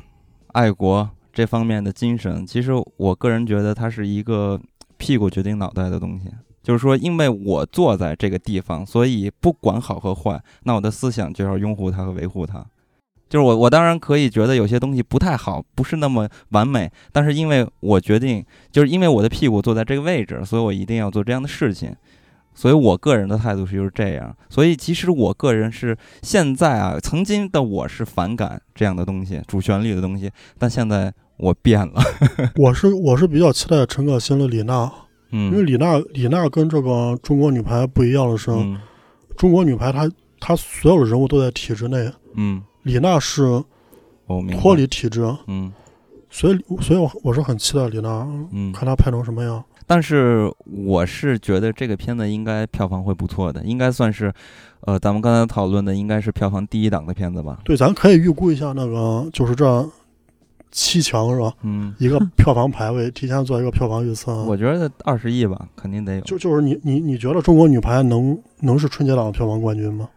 爱国这方面的精神，其实我个人觉得它是一个屁股决定脑袋的东西。就是说，因为我坐在这个地方，所以不管好和坏，那我的思想就要拥护它和维护它。就是我，我当然可以觉得有些东西不太好，不是那么完美，但是因为我决定，就是因为我的屁股坐在这个位置，所以我一定要做这样的事情。所以我个人的态度是就是这样。所以其实我个人是现在啊，曾经的我是反感这样的东西，主旋律的东西，但现在我变了。
我是我是比较期待陈可辛的李娜，因为
嗯
李娜李娜跟这个中国女排不一样的是，
嗯
中国女排她她所有的人物都在体制内，
嗯，
李娜是
我明白。
脱离体制，
嗯
所以所以我我是很期待李娜，
嗯，
看她拍成什么样。
但是我是觉得这个片子应该票房会不错的，应该算是，呃，咱们刚才讨论的应该是票房第一档的片子吧。
对，咱可以预估一下那个就是这七强是吧？
嗯，
一个票房排位，提前做一个票房预测。
我觉得二十亿吧，肯定得有。
就就是你你你觉得中国女排能能是春节档的票房冠军吗？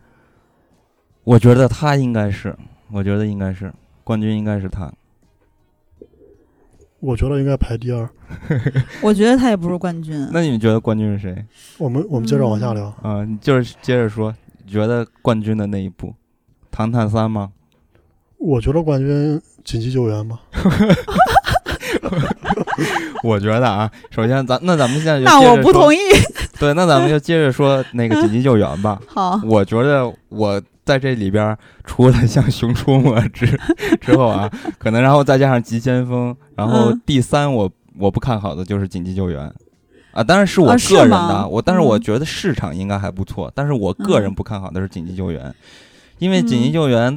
我觉得他应该是，我觉得应该是冠军，应该是他。
我觉得应该排第二。
我觉得他也不是冠军。
那你们觉得冠军是谁？
我们我们接着往下聊，
啊、你就是接着说，你觉得冠军的那一部，《唐探三》吗？
我觉得冠军紧急救援吧。
我觉得啊，首先咱那咱们现在就
那我不同
意。
意。
对，那咱们就接着说那个紧急救援吧。
好，
我觉得我在这里边儿除了像《熊出没》之 之后啊，可能然后再加上《急先锋》，然后
嗯
第三我我不看好的就是《紧急救援》啊，当然是我
啊是
个人的
吗
啊，我但是我
嗯
觉得市场应该还不错，但是我个人
嗯
不看好的是《紧急救援》，因为《紧急
嗯
救援》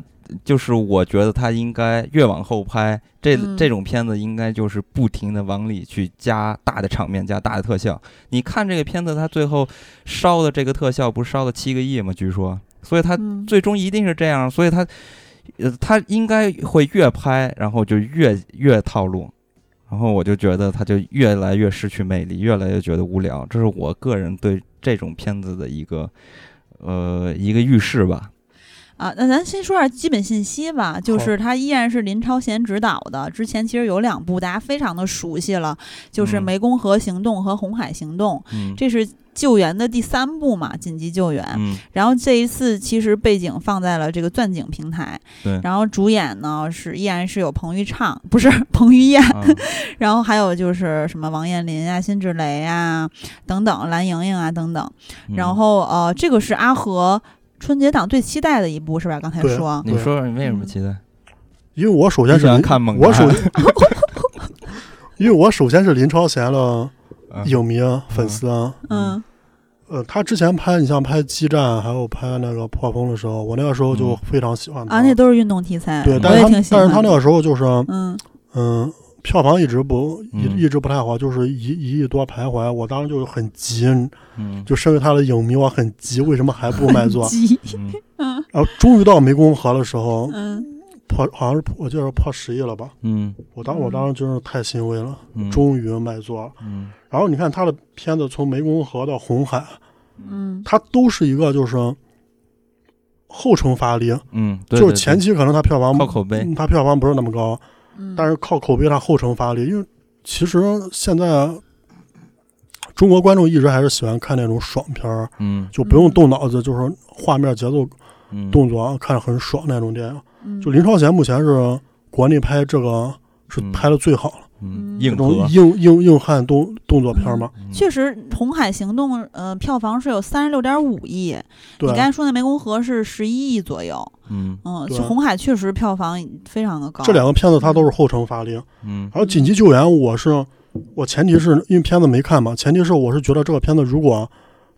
就是我觉得它应该越往后拍，这、
嗯
这种片子应该就是不停的往里去加大的场面，加大的特效。你看这个片子，它最后烧的这个特效不是烧了七个亿吗？据说，所以它
嗯
最终一定是这样，所以它，呃，它应该会越拍，然后就越越套路，然后我就觉得它就越来越失去魅力，越来越觉得无聊。这是我个人对这种片子的一个呃一个预示吧。
啊，那咱先说点基本信息吧，就
好
是它依然是林超贤执导的。之前其实有两部大家非常的熟悉了，就是《
嗯
湄公河行动》和《红海行动》，
嗯
这是救援的第三部嘛，紧急救援。
嗯
然后这一次其实背景放在了这个钻井平台，
对
然后主演呢是依然是有彭昱畅，不是 彭于晏，
啊
然后还有就是什么王彦霖啊、辛芷蕾啊等等，蓝盈莹啊等等。
嗯
然后呃，这个是阿和春节档最期待的一部，是吧？刚才
对
说，
你说说你为什么期待？
因为我首先
你
是
喜欢
林
看猛
我
男
首，因为我首先是林超贤的
啊
影迷啊粉丝啊。
嗯
呃，他之前拍你像拍《激战》，还有拍那个《破风》的时候，我那个时候就
嗯
非常喜欢他。
啊，那都是运动题材，
对，
嗯
但
我也
是他
挺喜
但
欢的。
是他那个时候就是
嗯
嗯，票房一直不一
嗯
一直不太好，就是一一亿多徘徊。我当时就很急，
嗯
就身为他的影迷，我很急，为什么还不卖 座？
鸡，
嗯
嗯
然后终于到湄公河的时候，
嗯
破好像是破我记得是破十亿了吧？
嗯
我当我当时真是太欣慰了，
嗯
终于卖座了。
嗯
然后你看他的片子，从湄公河到红海，
嗯
它都是一个就是后程发力，
嗯，对
就是
对
前
对
期可能它票房
靠口碑，
嗯它票房不是那么高，
嗯，
但是靠口碑它后程发力，因为其实现在中国观众一直还是喜欢看那种爽片儿，
嗯
就不用动脑子，就是画面、节奏、
嗯，
动作啊看着很爽那种电影。
嗯
就林超贤目前是国内拍这个是
嗯
拍的最好了，
嗯
嗯
硬
这种
核，
硬硬硬汉动动作片儿嘛。
嗯
确实，《红海行动》呃票房是有三十六点五亿，嗯你
对
刚，才说啊那湄公河是十一亿左右，
嗯
嗯，
对
就红海确实票房非常的高。
这两个片子它都是后程发力，
嗯
还有紧急救援，我是我前提是因为片子没看嘛，前提是我是觉得这个片子如果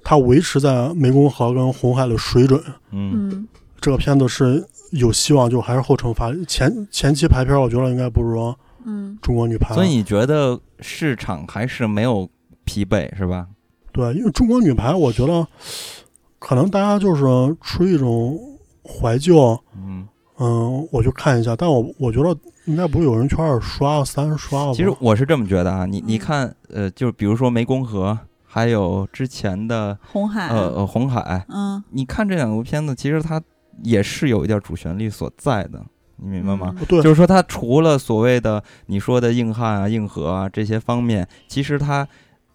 它维持在湄公河跟红海的水准，
嗯
嗯
这个片子是有希望，就还是后程发力。前前期排片，我觉得应该不如
嗯，
中国女排，
所以你觉得市场还是没有疲惫是吧？
对，因为中国女排，我觉得可能大家就是出于一种怀旧。
嗯，
嗯，我去看一下，但我我觉得应该不会有人去二刷、啊三刷吧。
其实我是这么觉得啊，你你
嗯
看，呃，就是比如说湄公河，还有之前的
红海，
呃呃红海，
嗯，
你看这两部片子，其实它也是有一点主旋律所在的，你明白吗？
嗯？
对，
就是说，它除了所谓的你说的硬汉啊、硬核啊这些方面，其实它，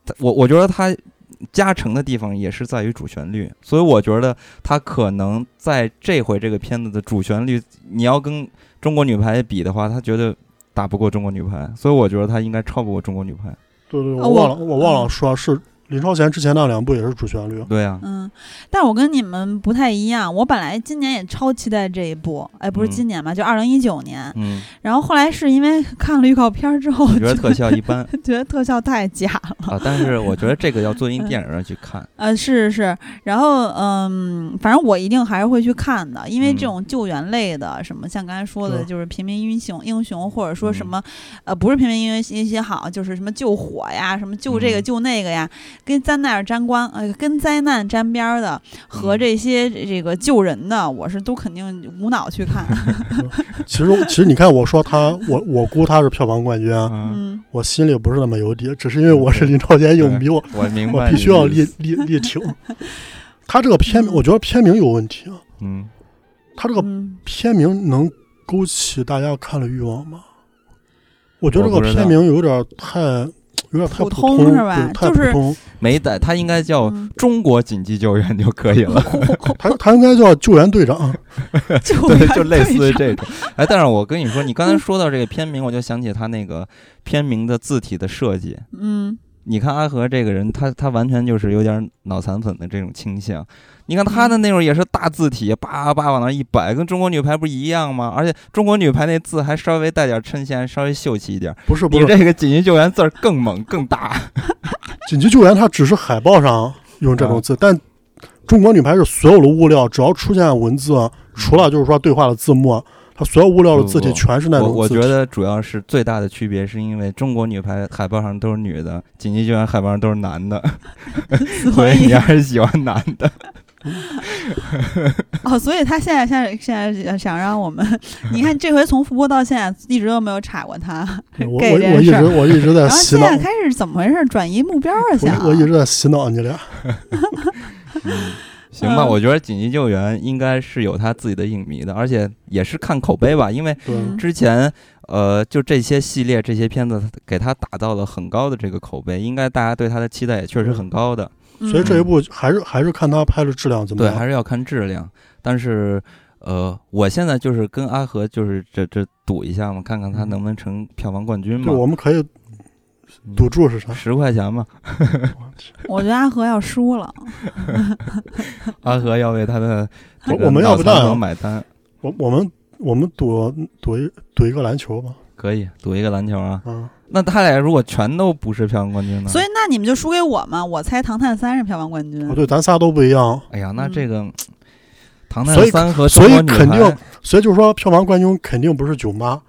它我我觉得它加成的地方也是在于主旋律，所以我觉得它可能在这回这个片子的主旋律，你要跟中国女排比的话，它绝对打不过中国女排，所以我觉得它应该超不过中国女排。
对对，
啊我
我忘了，我忘了说是林超贤之前那两部也是主旋律，啊
对啊呀、
嗯，但我跟你们不太一样，我本来今年也超期待这一部，哎，不是
嗯
今年吧，就二零一九年。
嗯，
然后后来是因为看了预告片儿之后，
我觉得特效一般
觉得特效太假了。
啊，但是我觉得这个要做进电影啊院去看，
呃，是是，然后嗯，反正我一定还是会去看的，因为
嗯
这种救援类的，什么像刚才说的，
对
就是平民英雄英雄，或者说什
嗯
么，呃，不是平民英雄英雄好，就是什么救火呀，什么救这个
嗯
救那个呀，跟灾难沾光，呃，跟灾难沾边儿的和
嗯
这些这个救人的，我是都肯定无脑去 看。
其实其实你看我说他，我我估他是票房冠军，啊
嗯，
嗯，
我心里不是那么有底，只是因为我是林超贤影迷，我
我明
我
白，
必须要力，力力挺。他这个片，
嗯
我觉得片名有问题啊，
嗯，
他这个
嗯
片名能勾起大家看的欲望吗？我觉得这
我
个
不知道
片名有点太，有点太
普
通，
通是吧
对太
就
普
是
通。
没带，他应该叫
嗯
中国紧急救援就可以了，
他他应该叫救援队长，
救
对
援，
就类似于
队
这种。哎，但是我跟你说，你刚才说到这个片名，我就想起他那个片名的字体的设计。
长嗯，
你看阿和这个人，他他完全就是有点脑残粉的这种倾向。你看他的那种也是大字体，叭叭往那一摆，跟中国女排不一样吗？而且中国女排那字还稍微带点衬线，稍微秀气一点。
不是不
你
是
这个紧急救援字儿更猛更大，
紧急救援，他只是海报上用这种字，
啊
但中国女排是所有的物料只要出现文字，除了就是说对话的字幕，它所有物料的字体
不不
全是那
我
种
我
字
觉
体。
得主要是最大的区别是因为中国女排海报上都是女的，紧急救援海报上都是男的，所
所
以
以
你还是喜欢男的。
哦，所以他现在现在现在想让我们，你看这回从复播到现在一直都没有插过他，
我我
gay 这件
我一
事儿
直我一直在
然后
呃洗
现
脑
在，开始怎么回事？转移目标了，想
我我一直在洗脑你俩。
嗯，行吧，
嗯
我觉得紧急救援应该是有他自己的影迷的，而且也是看口碑吧，因为
对，
嗯
之前呃，就这些系列这些片子给他打到了很高的这个口碑，应该大家对他的期待也确实很高的。
嗯
所以这一部还是还是看他拍的质量怎么
对，
样
还。是要看质量，但是。呃，我现在就是跟阿和就是这这赌一下嘛，看看他能不能成票房冠军嘛
对，。我们可以
嗯
赌注是啥？
十块钱 嘛，
我觉得阿和要输了，
阿和要为他的这
我
个
我们要不
脑
啊
残
这样
粉买单，
我我们我们赌赌一赌一个篮球吧。
可以赌一个篮球啊。
嗯
啊，
那他俩如果全都不是票房冠军
嗯
呢？
所以那你们就输给我嘛？我猜《唐探三》是票房冠军
哦，对，咱仨都不一样，
哎呀，那这个
嗯
《唐
所
探
以
三》和《
所
中
以
国女排
肯》定所以就是说票房冠军肯定不是囧妈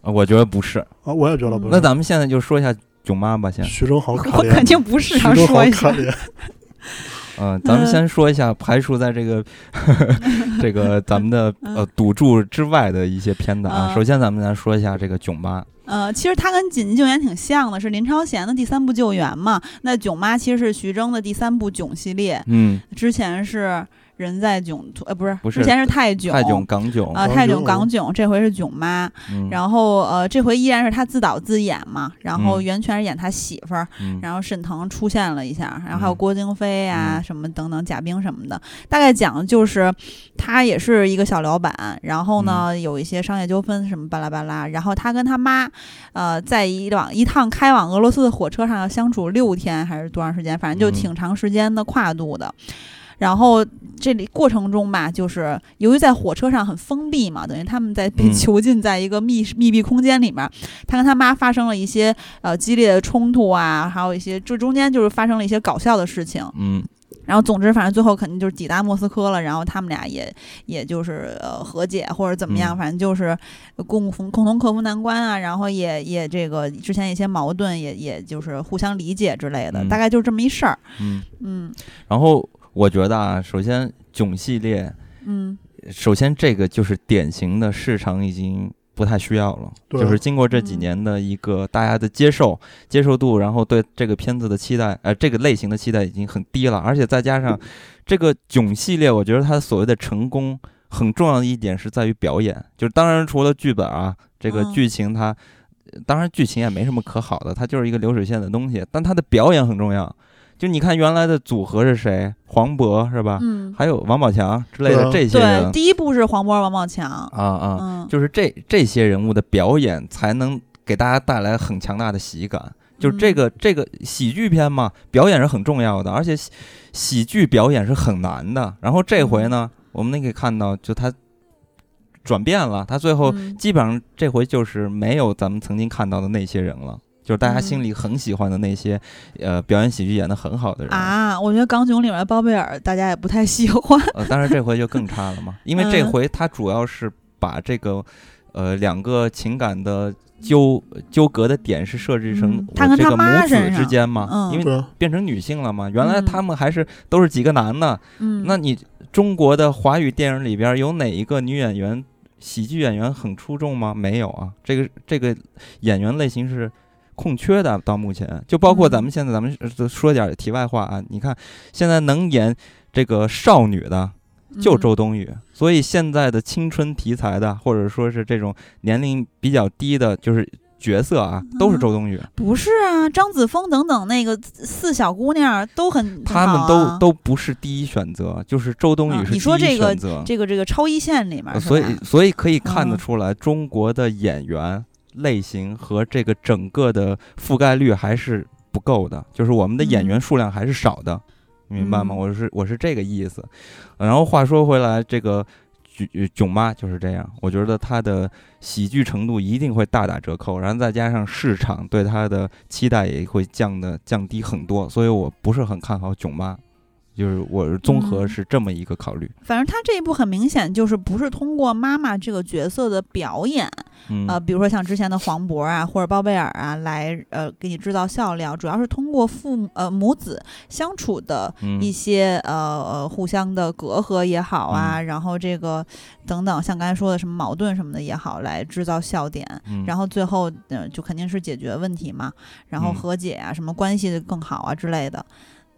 呃，我觉得不是。
啊，我也觉得不
嗯
那
是。
咱们现在就说一下囧妈吧，先。
徐 峥好可
我肯
怜，
定不是
徐
要
峥好
说一
可
下，
怜。
嗯，咱们先说一下排除在这 个这个咱们的呃赌注之外的一些片子啊。
嗯
首先，咱们来说一下这个囧妈。
呃，其实他跟《紧急救援》挺像的，是林超贤的第三部救援嘛。那《囧妈》其实是徐峥的第三部囧系列，
嗯，
之前是人在囧途，呃，不是，
不是
之前是泰囧，
泰囧、哦港囧，
啊，
港
泰
囧
囧、港囧，这回是囧妈，
嗯，
然后呃，这回依然是他自导自演嘛，然后
嗯
袁泉演他媳妇儿，
嗯
然后沈腾出现了一下，然后还有
嗯
郭京飞呀、
嗯
什么等等贾冰什么的，大概讲的就是他也是一个小老板，然后呢、
嗯
有一些商业纠纷什么巴拉巴拉，然后他跟他妈呃在一往一趟开往俄罗斯的火车上要相处六天还是多长时间，反正就
嗯
挺长时间的跨度的。然后这里过程中吧，就是由于在火车上很封闭嘛，等于他们在被
嗯
囚禁在一个密室密闭空间里面，他跟他妈发生了一些呃激烈的冲突啊，还有一些这中间就是发生了一些搞笑的事情。
嗯
然后总之，反正最后肯定就是抵达莫斯科了，然后他们俩也也就是呃和解或者怎么
嗯
样，反正就是共同共同克服难关啊，然后也也这个之前一些矛盾也也就是互相理解之类的，
嗯
大概就是这么一事儿。
嗯。
嗯
然后我觉得啊，首先囧系列，
嗯
首先这个就是典型的市场已经不太需要了，
对啊嗯
就是经过这几年的一个大家的接受、接受度，然后对这个片子的期待，呃，这个类型的期待已经很低了，而且再加
嗯
上这个囧系列，我觉得它所谓的成功很重要的一点是在于表演，就是当然除了剧本啊，这个
嗯
剧情它。当然，剧情也没什么可好的，它就是一个流水线的东西。但它的表演很重要。就你看原来的组合是谁？黄渤是吧？
嗯，
还有王宝强之类
对
的
啊
这些
对，
人，
第一部是黄渤、王宝强，
啊啊，
嗯，
就是这这些人物的表演才能给大家带来很强大的喜感。就这
嗯
个、这个喜剧片嘛，表演是很重要的，而且喜喜剧表演是很难的。然后这回
嗯
呢，我们可以看到，就他转变了，他最后
嗯
基本上这回就是没有咱们曾经看到的那些人了，就是大家
嗯
心里很喜欢的那些，呃，表演喜剧演的很好的人。
啊，我觉得《港囧》里面的包贝尔大家也不太喜欢。
呃，当然这回就更差了嘛，因为这
嗯
回他主要是把这个，呃，两个情感的纠纠葛的点是设置成
嗯他
我
跟
这
他
个
妈
母子
身
之
上
间嘛，
嗯
因为
对啊，
变成女性了嘛。原来
嗯
他们还是都是几个男的，
嗯，
那你中国的华语电影里边有哪一个女演员喜剧演员很出众吗？没有啊，这个这个演员类型是空缺的，到目前就包括咱
嗯
们现在咱们呃说点题外话啊，你看现在能演这个少女的就
嗯
周冬雨，所以现在的青春题材的或者说是这种年龄比较低的，就是。角色啊，都
嗯
是周冬雨，
不是啊，张子枫等等那个四小姑娘都很，
她
很
们
好
都、
啊
都不是第一选择，就是周冬雨
啊
是第
你
一
说这个
选择。
这个这个超一线里面
呃
是吧，
所以所以可以看得
嗯
出来，中国的演员类型和这个整个的覆盖率还是不够的，就是我们的演员数量还是少的，明白吗？
嗯
我是我是这个意思。然后话说回来，这个。囧囧妈就是这样，我觉得她的喜剧程度一定会大打折扣，然后再加上市场对她的期待也会降的降低很多，所以我不是很看好囧妈，就是我是综合
嗯
是这么一个考虑。
反正他这一部很明显就是不是通过妈妈这个角色的表演
嗯，
呃，比如说像之前的黄渤啊，或者包贝尔啊，来呃给你制造笑料，主要是通过父母呃母子相处的
嗯
一些、呃呃互相的隔阂也好
嗯
啊，然后这个等等，像刚才说的什么矛盾什么的也好，来制造笑点。
嗯
然后最后，呃，就肯定是解决问题嘛，然后
嗯
和解啊，什么关系更好啊之类的。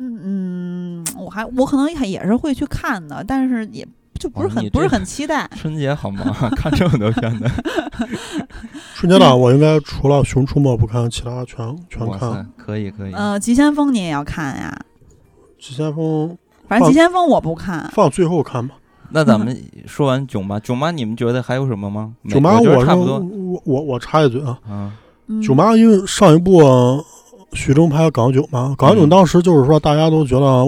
嗯嗯，我还我可能也也是会去看的，但是也就不
哇
是很、
哦你
不是
这
很期待。
春节好忙啊， 看这么多 片子，
春节档我应该除了《熊出没》不看，其他全全
哇塞
看。，
可以可以，
呃，急先锋你也要看呀、
急先锋
反
哦
正
放
急先锋我不看，
放最后看吧。
那咱们说完囧妈，囧妈你们觉得还有什么吗？没
囧妈，
我觉得
我
差
是
不多，
我我我插一嘴啊，
嗯
嗯
囧妈因为上一部呃许峥拍《港囧》嘛，《港囧》
嗯
当时就是说大家都觉得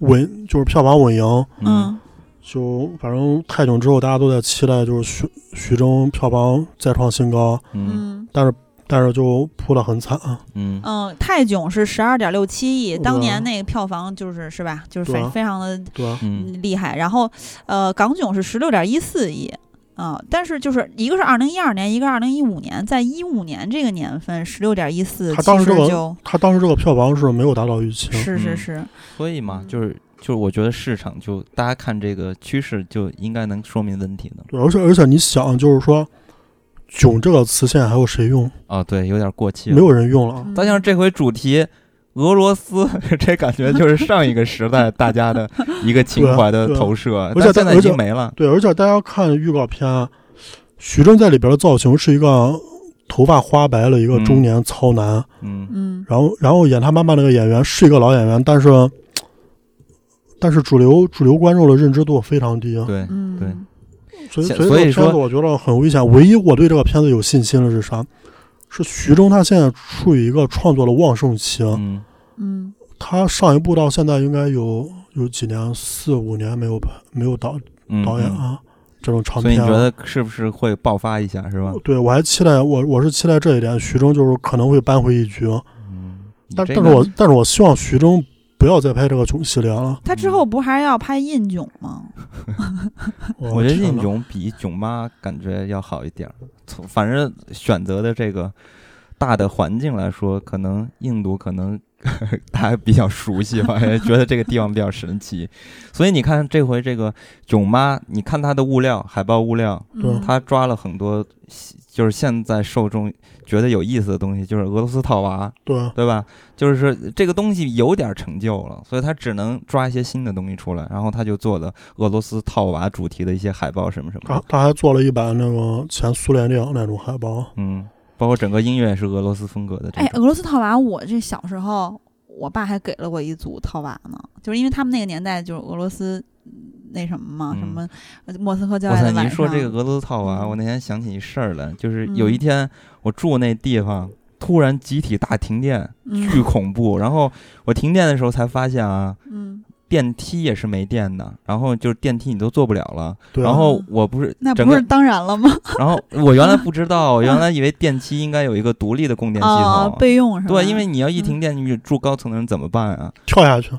稳，就是票房稳赢。
嗯
嗯
就反正泰囧之后，大家都在期待，就是许许峥票房再创新高，
嗯
嗯
但是就扑得很惨啊。
嗯
嗯，泰囧是十二点六七亿，
嗯
当年那个票房就是是吧，就是
对
非
啊
非常的
对吧？
嗯
厉害。然后呃，港囧是十六点一四亿。啊、但是就是一个是二零一二年，一个二零一五年，在一五年这个年份十六点一四，
他
其
当
实
时这个
就
他当时这个票房是没有达到预期，
是是
嗯
是，
所以嘛，就是就是我觉得市场就大家看这个趋势就应该能说明问题的。
对，而且而且你想，就是说“囧”这个词现在还有谁用？
哦，对，有点过气
没
了。
有人用了
嗯
啊。
再像这回主题。俄罗斯， 这感觉就是上一个时 代大家的一个情怀的
对啊
投射，
而
但
且
现在已
而且
经没了。
对，而且大家看预告片，啊徐峥在里边的造型是一个头发花白的一个中年糙男，
嗯
嗯
然后然后演他妈妈那个演员是一个老演员，但是但是主流主流观众的认知度非常低啊，
对，
嗯
对
所以
现
所以这
所
个
以
片
说
子我觉得很危险。唯一我对这个片子有信心的是啥？是徐峥他现在处于一个创作的旺盛期啊，
嗯
嗯
他上一部到现在应该有有几年，四五年没有拍没有导
嗯，
导演
嗯
啊、这种长
所以
片
你觉
啊、
得是不是会爆发一下，是吧？
对我还期待我我是期待这一点，徐峥就是可能会扳回一局，啊
嗯，你
但
这
但是
个
我但是我希望徐峥不要再拍这个囧系列了。
他之后不还要拍印囧吗？
我觉得
天
印
哪
囧比囧妈感觉要好一点儿，从反正选择的这个大的环境来说，可能印度可能 大家比较熟悉吧，觉得这个地方比较神奇。所以你看这回这个囧妈，你看它的物料海报物料，
对啊
嗯
它抓了很多西就是现在受众觉得有意思的东西，就是俄罗斯套娃，
对啊
对吧？就是这个东西有点成就了，所以他只能抓一些新的东西出来，然后他就做的俄罗斯套娃主题的一些海报什么什么的
他他还做了一版那个前苏联电影那种海报，
嗯，包括整个音乐也是俄罗斯风格的这
哎，
种。
俄罗斯套娃，我这小时候，我爸还给了我一组套娃呢，就是因为他们那个年代就是俄罗斯嗯那什么嘛，什
嗯
么呃莫斯科郊
我
外
操！
的晚
你
上。
一说这个俄罗斯套娃，
嗯
我那天想起一事儿来，就是有一天我住那地方，突然集体大停电，巨恐 怖。然后我停电的时候才发现啊，
嗯，
电梯也是没电的，然后就是电梯你都坐不了了。
对啊
然后我不是
那
整
不
个
是，当 然了吗？
然后我原来不知道，我原来以为电梯应该有一个独立的供电系
啊，
统。
备用是吧？
对，因为你要一停电，你住高层的人怎么办啊？
跳 下去，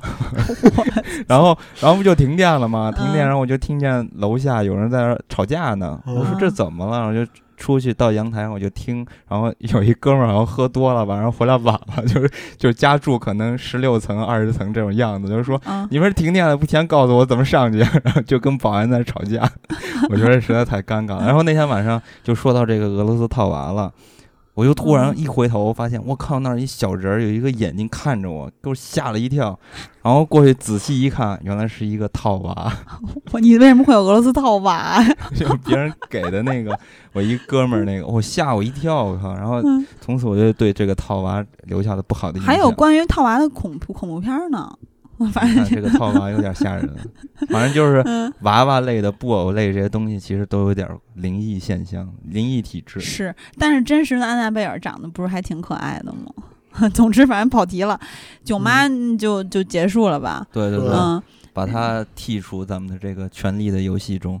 然后，然后不就停电了吗？停电，
嗯
然后我就听见楼下有人在那儿吵架呢。
哦
我说这怎么了？我就出去到阳台，我就听，然后有一哥们儿好像喝多了，晚上回来晚了，就是就是家住可能十六层、二十层这种样子，就是说
嗯，
你们是停电了，不先告诉我怎么上去， 然后就跟保安在那吵架， 我觉得实在太尴尬了。然后那天晚上就说到这个俄罗斯套娃了，我就突然
嗯
一回头发现，我靠，那儿一小人儿有一个眼睛看着我，给我吓了一跳。然后过去仔细一看，原来是一个套娃，
我你为什么会有俄罗斯套娃？
就是别人给的那个，我一哥们儿那个，我吓我一跳，我靠！然后
嗯
从此我就对这个套娃留下了 不好的印象。
还有关于套娃的恐怖恐怖片儿呢， 反
你看这
正
个套娃有点吓人，反正就是
嗯
娃娃类的、布偶类这些东西，其实都有点灵异现象、灵异体质。
是，但是真实的安娜贝尔长得不是还挺可爱的吗？ 总之，反正跑题了，囧妈
嗯
就就结束了吧。
对对
对
对，
嗯，
把它剔除咱们的这个权力的游戏中，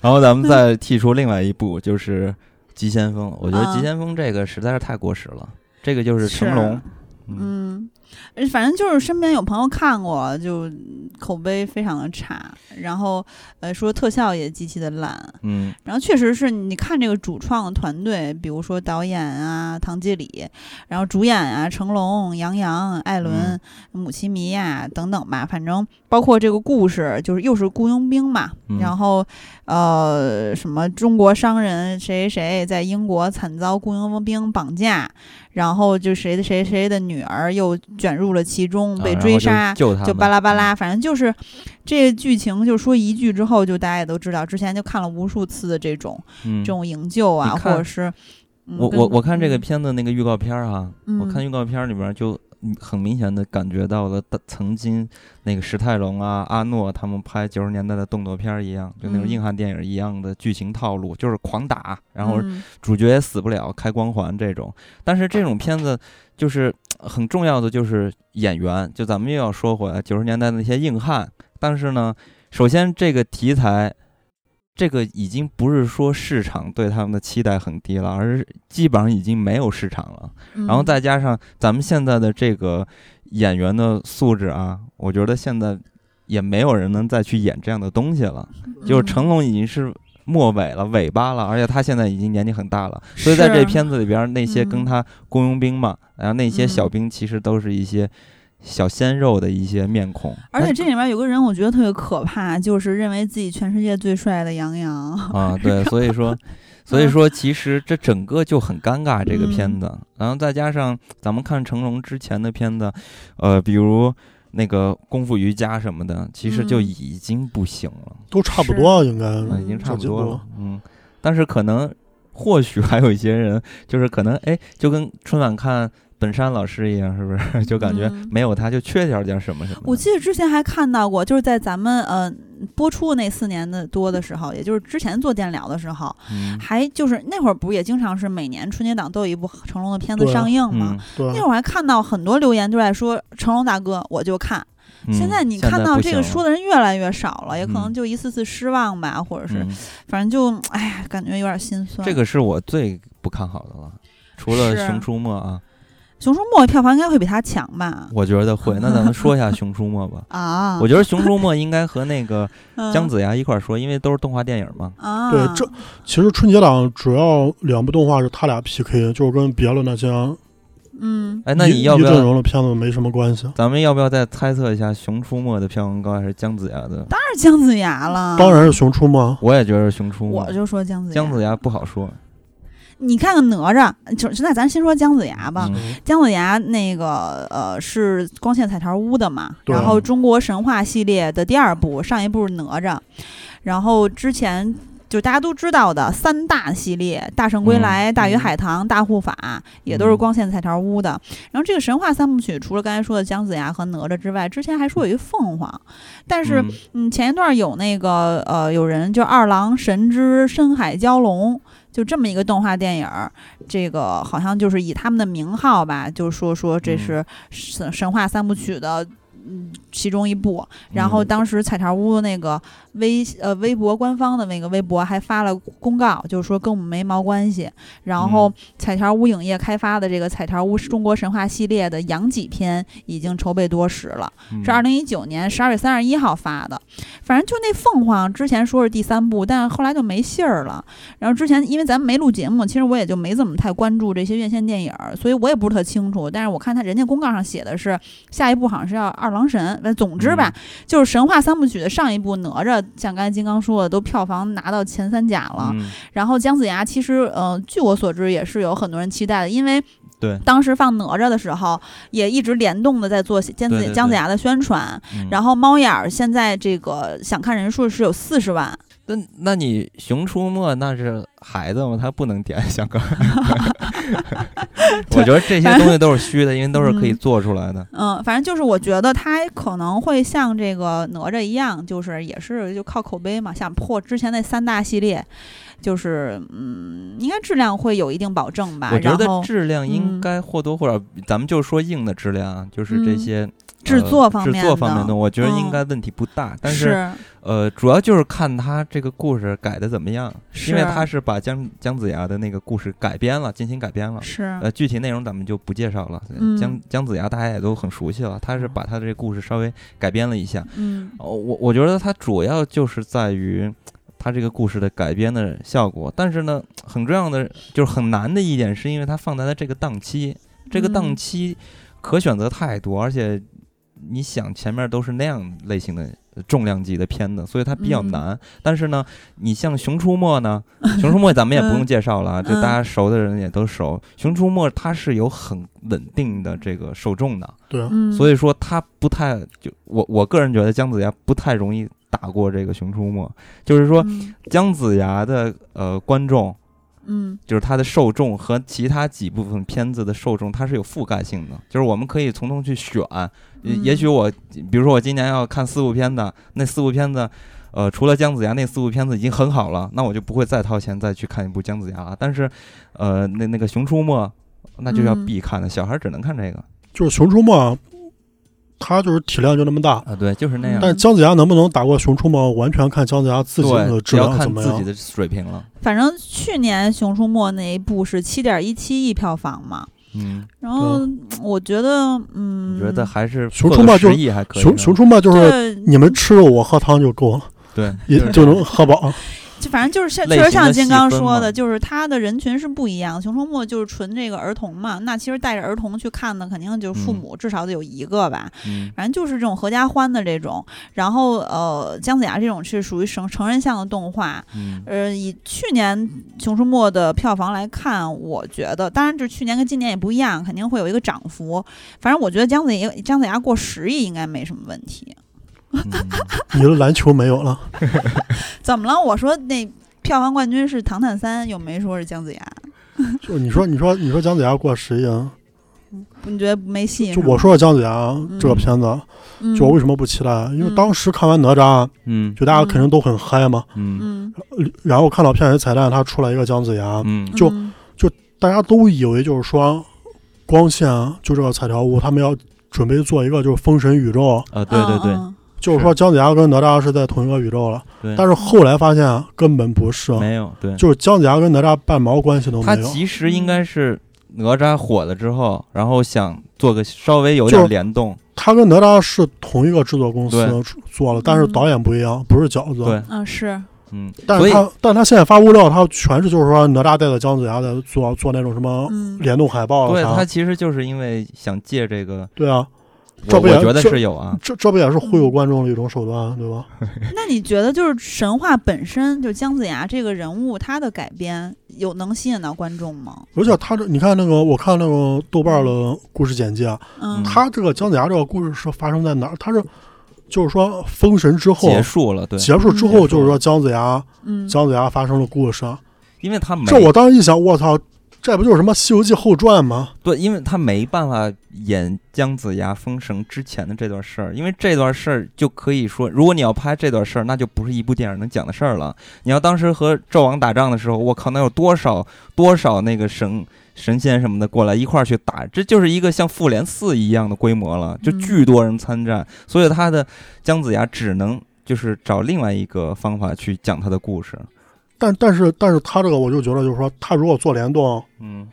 然后咱们再剔除另外一部，就是《急先锋》。我觉得《
啊
急先锋》这个实在是太过时了，这个就是成
是
龙，
嗯，呃反正就是身边有朋友看过，就嗯口碑非常的差，然后呃说特效也极其的烂，
嗯，
然后确实是你看这个主创的团队，比如说导演啊唐季礼，然后主演啊成龙、杨洋、艾伦、
嗯
姆奇米亚等等吧，反正包括这个故事，就是又是雇佣兵嘛，
嗯
然后呃什么中国商人谁谁谁在英国惨遭雇佣兵绑架，然后就谁的谁谁的女儿又卷入了其中
啊
嗯被
然后
追
就
杀，
救他
就
们嗯
巴拉巴拉，反正就是这剧情，就说一句之后，就大家也都知道，之前就看了无数次的这种、
嗯
这。种营救啊，
你
或
看
者是、嗯
我
跟
我我看这个
嗯
片子那个预告片儿哈，我看
嗯
预告片儿里边儿就嗯很明显的感觉到了大，曾经那个史泰龙啊、阿诺他们拍九十年代的动作片儿一样，就那种
嗯
硬汉电影一样的剧情套路，就是狂打，然后
嗯
主角也死不了，开光环这种。但是这种片子就是呃很重要的，就是演员，就咱们又要说回来九十年代那些硬汉，但是呢，首先这个题材。这个已经不是说市场对他们的期待很低了，而是基本上已经没有市场了。然后
嗯
再加上咱们现在的这个演员的素质啊，我觉得现在也没有人能再去演这样的东西了。就是
嗯
成龙已经是末尾了，尾巴了，而且他现在已经年纪很大了，所以在这
是
片子里边儿，那些跟
嗯
他雇佣兵嘛，然后那些小
嗯
兵其实都是一些小鲜肉的一些面孔，
而且
但
这里面有个人，我觉得特别可怕，就是认为自己全世界最帅的杨洋。
啊，对，所以 说，所
嗯
以说，其实这整个就很尴尬这个片子，然后再加上咱们看成龙之前的片子，呃，比如那个《功夫瑜伽》什么的，其实就
嗯
已经不行了，
都差不多，啊应该
嗯已经
嗯
差不
差不
多
多
了，嗯，但是可能或许还有一些人，就是可能哎，就跟春晚看。本山老师一样，是不是 就感觉
嗯
没有他就缺点儿点儿什么什么的？
我记得之前还看到过，就是在咱们呃播出那四年的多的时候，也就是之前做电疗的时候，
嗯
还就是那会儿不是也经常是每年春节档都有一部成龙的片子
对啊
上映吗？
嗯，
对啊
那会儿还看到很多留言都在说成龙大哥，我就看。
嗯
现在你看到
不
这个
行
说的人越来越少了，也可
嗯
能就一次次失望吧，或者
了
是
嗯
反正就哎呀，感觉有点心酸。
这
《
个是我最不看好的了，除了《
是
熊出没》啊，
熊出没》票房应该会比他强吧？
我觉得会。那咱们说一下《熊出没》吧。
啊，
我觉得《熊出没》应该和那个
嗯
姜子牙一块儿说，因为都是动画电影嘛。
啊，
对这其实春节档主要两部动画是他俩 PK，就是跟别的那些
嗯，
哎哎，那
一
你要不
一阵
要？
容的片子没什么关系。
咱们要不要再猜测一下《熊出没》的票房高还是姜子牙的？
当然是姜子牙了，
当然是《熊出没》，
我也觉得《熊出没
我》。就说姜子牙。
姜子牙不好说，
你看看哪吒，就是那咱先说姜子牙吧。
嗯
姜子牙那个呃是光线彩条屋的嘛，
对
然后中国神话系列的第二部，上一部是哪吒，然后之前就大家都知道的三大系列，《大圣归来》大鱼海棠》《大护法》也都是光线彩条屋的。然后这个神话三部曲，除了刚才说的姜子牙和哪吒之外，之前还说有一凤凰，但是
嗯
嗯前一段有那个呃有人就二郎神之深海蛟龙。就这么一个动画电影儿，这个好像就是以他们的名号吧，就说说这是神神话三部曲的。嗯，其中一部，
嗯
然后当时彩条屋那个微呃微博官方的那个微博还发了公告，就是说跟我们没毛关系。然后
嗯
彩条屋影业开发的这个彩条屋中国神话系列的杨几篇已经筹备多时了，
嗯
是二零一九年十二月三十一号发的。反正就那凤凰之前说是第三部，但后来就没信儿了。然后之前因为咱们没录节目，其实我也就没怎么太关注这些院线电影儿，所以我也不是特清楚。但是我看他人家公告上写的是下一部好像是要二郎神，呃总之吧，就是神话三部曲的上一部哪吒，像刚才金刚说的，都票房拿到前三甲了。
嗯
然后姜子牙其实，呃，据我所知也是有很多人期待的，因为
对
当时放哪吒的时候，也一直联动的在做姜
对
子
对
姜子牙的宣传。
嗯
然后猫眼儿现在这个想看人数是有四十万，
那那你《熊出没》那是孩子嘛，他不能点香港。 我觉得这些东西都是虚的，因为都是可以做出来的。
嗯，反正就是我觉得他可能会像这个哪吒一样，就是也是就靠口碑嘛，想破之前那三大系列，就是嗯，应该质量会有一定保证吧。
我觉
然
得
后
质量应
嗯
该或多或少，咱们就说硬的质量啊，就是这
嗯
些、
制
呃
作方
制
面
作
的
方面的，我觉得应
嗯
该问题不大。但是
是
呃，主要就是看他这个故事改的怎么样，因为
是啊
他是把姜姜子牙的那个故事改编了，进行改编了。
是
呃，具体内容咱们就不介绍了。
嗯
姜姜子牙大家也都很熟悉了，他是把他的这个故事稍微改编了一下。
嗯
哦，我我觉得它主要就是在于它这个故事的改编的效果，但是呢，很重要的就是很难的一点，是因为它放在了这个档期，这个档
嗯
期可选择太多，而且你想前面都是那样类型的。重量级的片子，所以它比较
嗯
难。但是呢，你像《熊出没》呢，《熊出没》咱们也不用
嗯
介绍了啊，就大
嗯
家熟的人也都熟。熊出没》它是有很稳定的这个受众的，
对，
嗯，
所
以
以说他不太就我我个人觉得姜子牙不太容易打过这个《熊出没》，就是说
嗯
姜子牙的呃观众，
嗯
就是他的受众和其他几部分片子的受众，它是有覆盖性的，就是我们可以从中去选。也
嗯
也许我比如说我今年要看四部片子，那四部片子。呃，除了姜子牙那四部片子已经很好了，那我就不会再掏钱再去看一部姜子牙了。但是，呃，那那个《熊出没》，那就要
嗯
必看的，小孩儿只能看这个
就是《熊出没》啊，它就是体量就那么大，
啊，对，就是那样。
但是姜子牙能不能打过《熊出没》，完全看姜子牙自己
对，
的质
只要
量怎
看
么
自己
样。
的水平了。
反正去年《熊出没》那一部是七点一七亿票房嘛，
嗯，
然后我觉得嗯，
我觉得还是
熊
做
出
个
没就
十亿还可以呢。啊
熊熊出没就是
对
你们吃肉我喝汤就够了，
对，
也就能喝饱。
就反正就是像，
类
确实
型
像
的
金
细
刚
分
说
嘛
的，就是它的人群是不一样。《熊出没》就是纯这个儿童嘛，那其实带着儿童去看的，肯定就是父
嗯
母至少得有一个吧。
嗯
反正就是这种合家欢的这种。然后呃，姜子牙这种是属于成成人向的动画。
嗯，
呃，以去年《熊出没》的票房来看，我觉得，当然这去年跟今年也不一样，肯定会有一个涨幅。反正我觉得姜子牙姜子牙过十亿应该没什么问题。
嗯
你的篮球没有了，
怎么了？我说那票房冠军是《唐探三》，又没说是姜子牙。
就是你说你说你说姜子牙过十亿啊，
你觉得没戏？
就我说的姜子牙这个片子，
嗯，
就我为什么不期待？因为
嗯
当时看完哪吒，
嗯
就大家肯定都很嗨嘛。
嗯
嗯
然后看到片尾彩蛋，它出来一个姜子牙，
嗯
就
嗯
大家都以为就是说，光线就这个彩条屋，他们要准备做一个就是封神宇宙，
啊，对对对
嗯
就是说姜子牙跟哪吒是在同一个宇宙了。
对，
但是后来发现啊根本不是，
没有对，
嗯就是姜子牙跟哪吒半毛关系都
他
没有。
其实
嗯
应该是哪吒火了之后，然后想做个稍微有点
就
联动，
他跟哪吒是同一个制作公司
对
出做了，但是导演不一样，不是饺子。
对，
嗯是
嗯，
但
所
是
以
他但他现在发物料，他全是就是说哪吒带着姜子牙在做做那种什么
嗯
联动海报
对
了
他
啥。
其实就是因为想借这个，
对啊，
我
这不也
我觉得
这
是有啊，
这这不也是忽悠观众的一种手段，对吧？
那你觉得就是神话本身，就姜子牙这个人物，他的改编有能吸引到观众吗？
而且他这，你看那个，我看那个豆瓣儿的故事简介，
嗯
他这个姜子牙这个故事是发生在哪儿？他是就是说封神之后
结束了，对，
结束
结
之后，
束
就是
了
说姜子牙
嗯
姜子牙发生了故事。
因为他没
这我当时一想，我操，这不就是什么《西游记后传》吗？
对，因为他没办法演姜子牙封神之前的这段事儿，因为这段事儿就可以说，如果你要拍这段事儿，那就不是一部电影能讲的事儿了。你要当时和纣王打仗的时候，我靠，能有多少多少那个神神仙什么的过来一块儿去打，这就是一个像复联四一样的规模了，就
嗯
巨多人参战，所以他的姜子牙只能就是找另外一个方法去讲他的故事。
但但是但是他这个我就觉得就是说，他如果做联动，
嗯，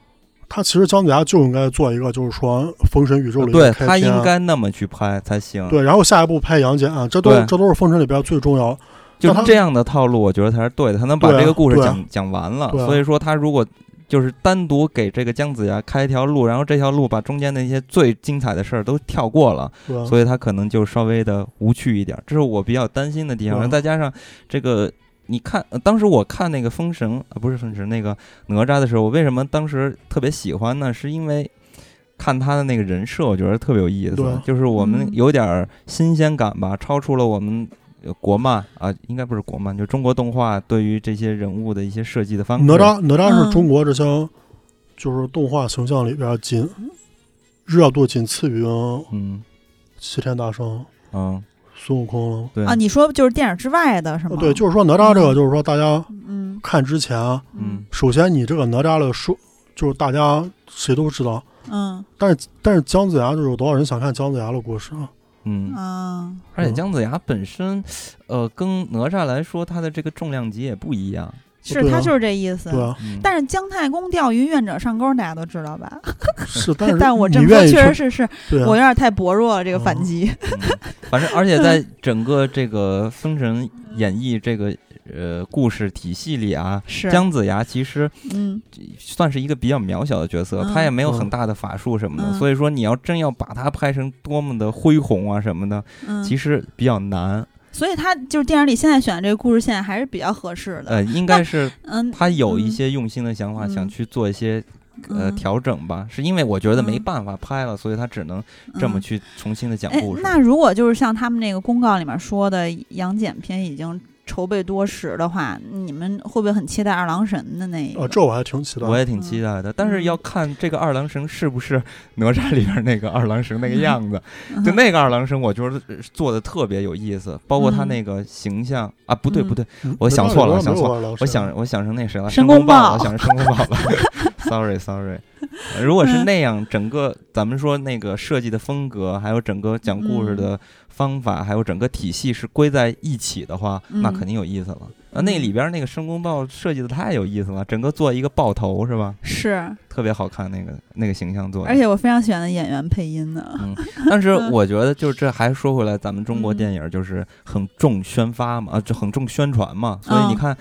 他其实姜子牙就应该做一个就是说封神宇宙里
对
的开
他
篇
应该那么去拍才行。
对，然后下一步拍杨戬、啊，这都
对
这都是封神里边最重要。
就
那他
这样的套路，我觉得才是对的，他能把
对啊
这个故事
对啊
讲、讲完了。
对啊
所以说，他如果就是单独给这个姜子牙开一条路，然后这条路把中间那些最精彩的事儿都跳过了，
对吧？
所以他可能就稍微的无趣一点儿，这是我比较担心的地方。
对啊
再加上这个，你看、呃当时我看那个《封神》啊，不是《封神》，那个哪吒的时候，我为什么当时特别喜欢呢？是因为看他的那个人设，我觉得特别有意思
对啊，
就是我们
嗯
有点儿新鲜感吧，超出了我们。呃国漫啊，应该不是国漫，就中国动画对于这些人物的一些设计的方式。
哪吒哪吒是
嗯
中国这些就是动画形象里边仅热度仅次于
嗯
齐天大圣、
嗯，
孙悟空了。
对
啊，你说就是电影之外的是吗
呃？对，就是说哪吒这个，就是说大家
嗯
看之前，啊
嗯
首先你这个哪吒的说，就是大家谁都知道，
嗯
但是但是姜子牙就是有多少人想看姜子牙的故事啊？
嗯
嗯，啊
而且姜子牙本身，呃，跟哪吒来说，他的这个重量级也不一样。
是
对啊
他就是这意思。
对啊，
嗯
但是姜太公钓鱼愿者上钩，大家都知道吧？
是， 但是
但我这
你
么
愿
说
意
确实是
去
是，
对
我有
啊，
点太薄弱了，这个反击。
嗯反正而且在整个这个《封神演义》这个呃故事体系里啊，
是，
姜子牙其实
嗯
算是一个比较渺小的角色，
嗯
他也没有很大的法术什么的，
嗯
所以说你要真要把他拍成多么的恢宏啊什么的，
嗯，
其实比较难。
所以他就是电影里现在选的这个故事线还是比较合适的。
呃，应该是
嗯
他有一些用心的想法，
嗯
想去做一些呃
嗯
调整吧，是因为我觉得没
嗯
办法拍了，所以他只能这么
嗯
去重新的讲
哎
故，事。
那如果就是像他们那个公告里面说的杨戬篇已经筹备多时的话，你们会不会很期待二郎神的那一个？
呃这我还挺期待
我
的。
也挺期
嗯
待的，但是要看这个二郎神是不是哪吒里边那个二郎神那个样子。
嗯
就那个二郎神，我觉得呃做的特别有意思，包括他
嗯
那个形象啊，不对
嗯
不对，
嗯
我想错了我想错
了
我想我想成那谁了，
申
申
公
豹，我
豹
想成申公豹了。sorry sorry，呃 如果是
嗯
那样，整个咱们说那个设计的风格，还有整个讲故事
嗯
的方法，还有整个体系是归在一起的话，那
嗯
肯定有意思了。啊，那里边那个申公豹设计的太有意思了，整个做一个豹头是吧？
是，
特别好看那个那个形象做的。
而且我非常喜欢的演员配音呢。
但是
嗯
我觉得，就是这还说回来，咱们中国电影就是很重宣发嘛，啊，就很重宣传
嗯
嘛，所以你看。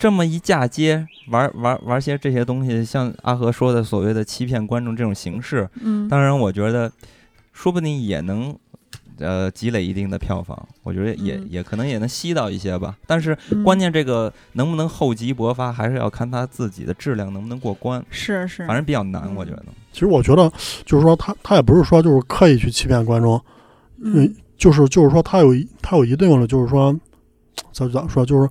这么一嫁接，玩玩玩些这些东西，像阿和说的所谓的欺骗观众这种形式，
嗯，
当然我觉得，说不定也能，呃，积累一定的票房，我觉得也、
嗯
也可能也能吸到一些吧。但是
嗯
关键这个能不能厚积薄发，还是要看他自己的质量能不能过关，
是是，
反正比较难，
嗯
我觉得。
其实我觉得，就是说他他也不是说就是刻意去欺骗观众，
嗯
就是就是说他有一他有一定的就是说，咋咋说就是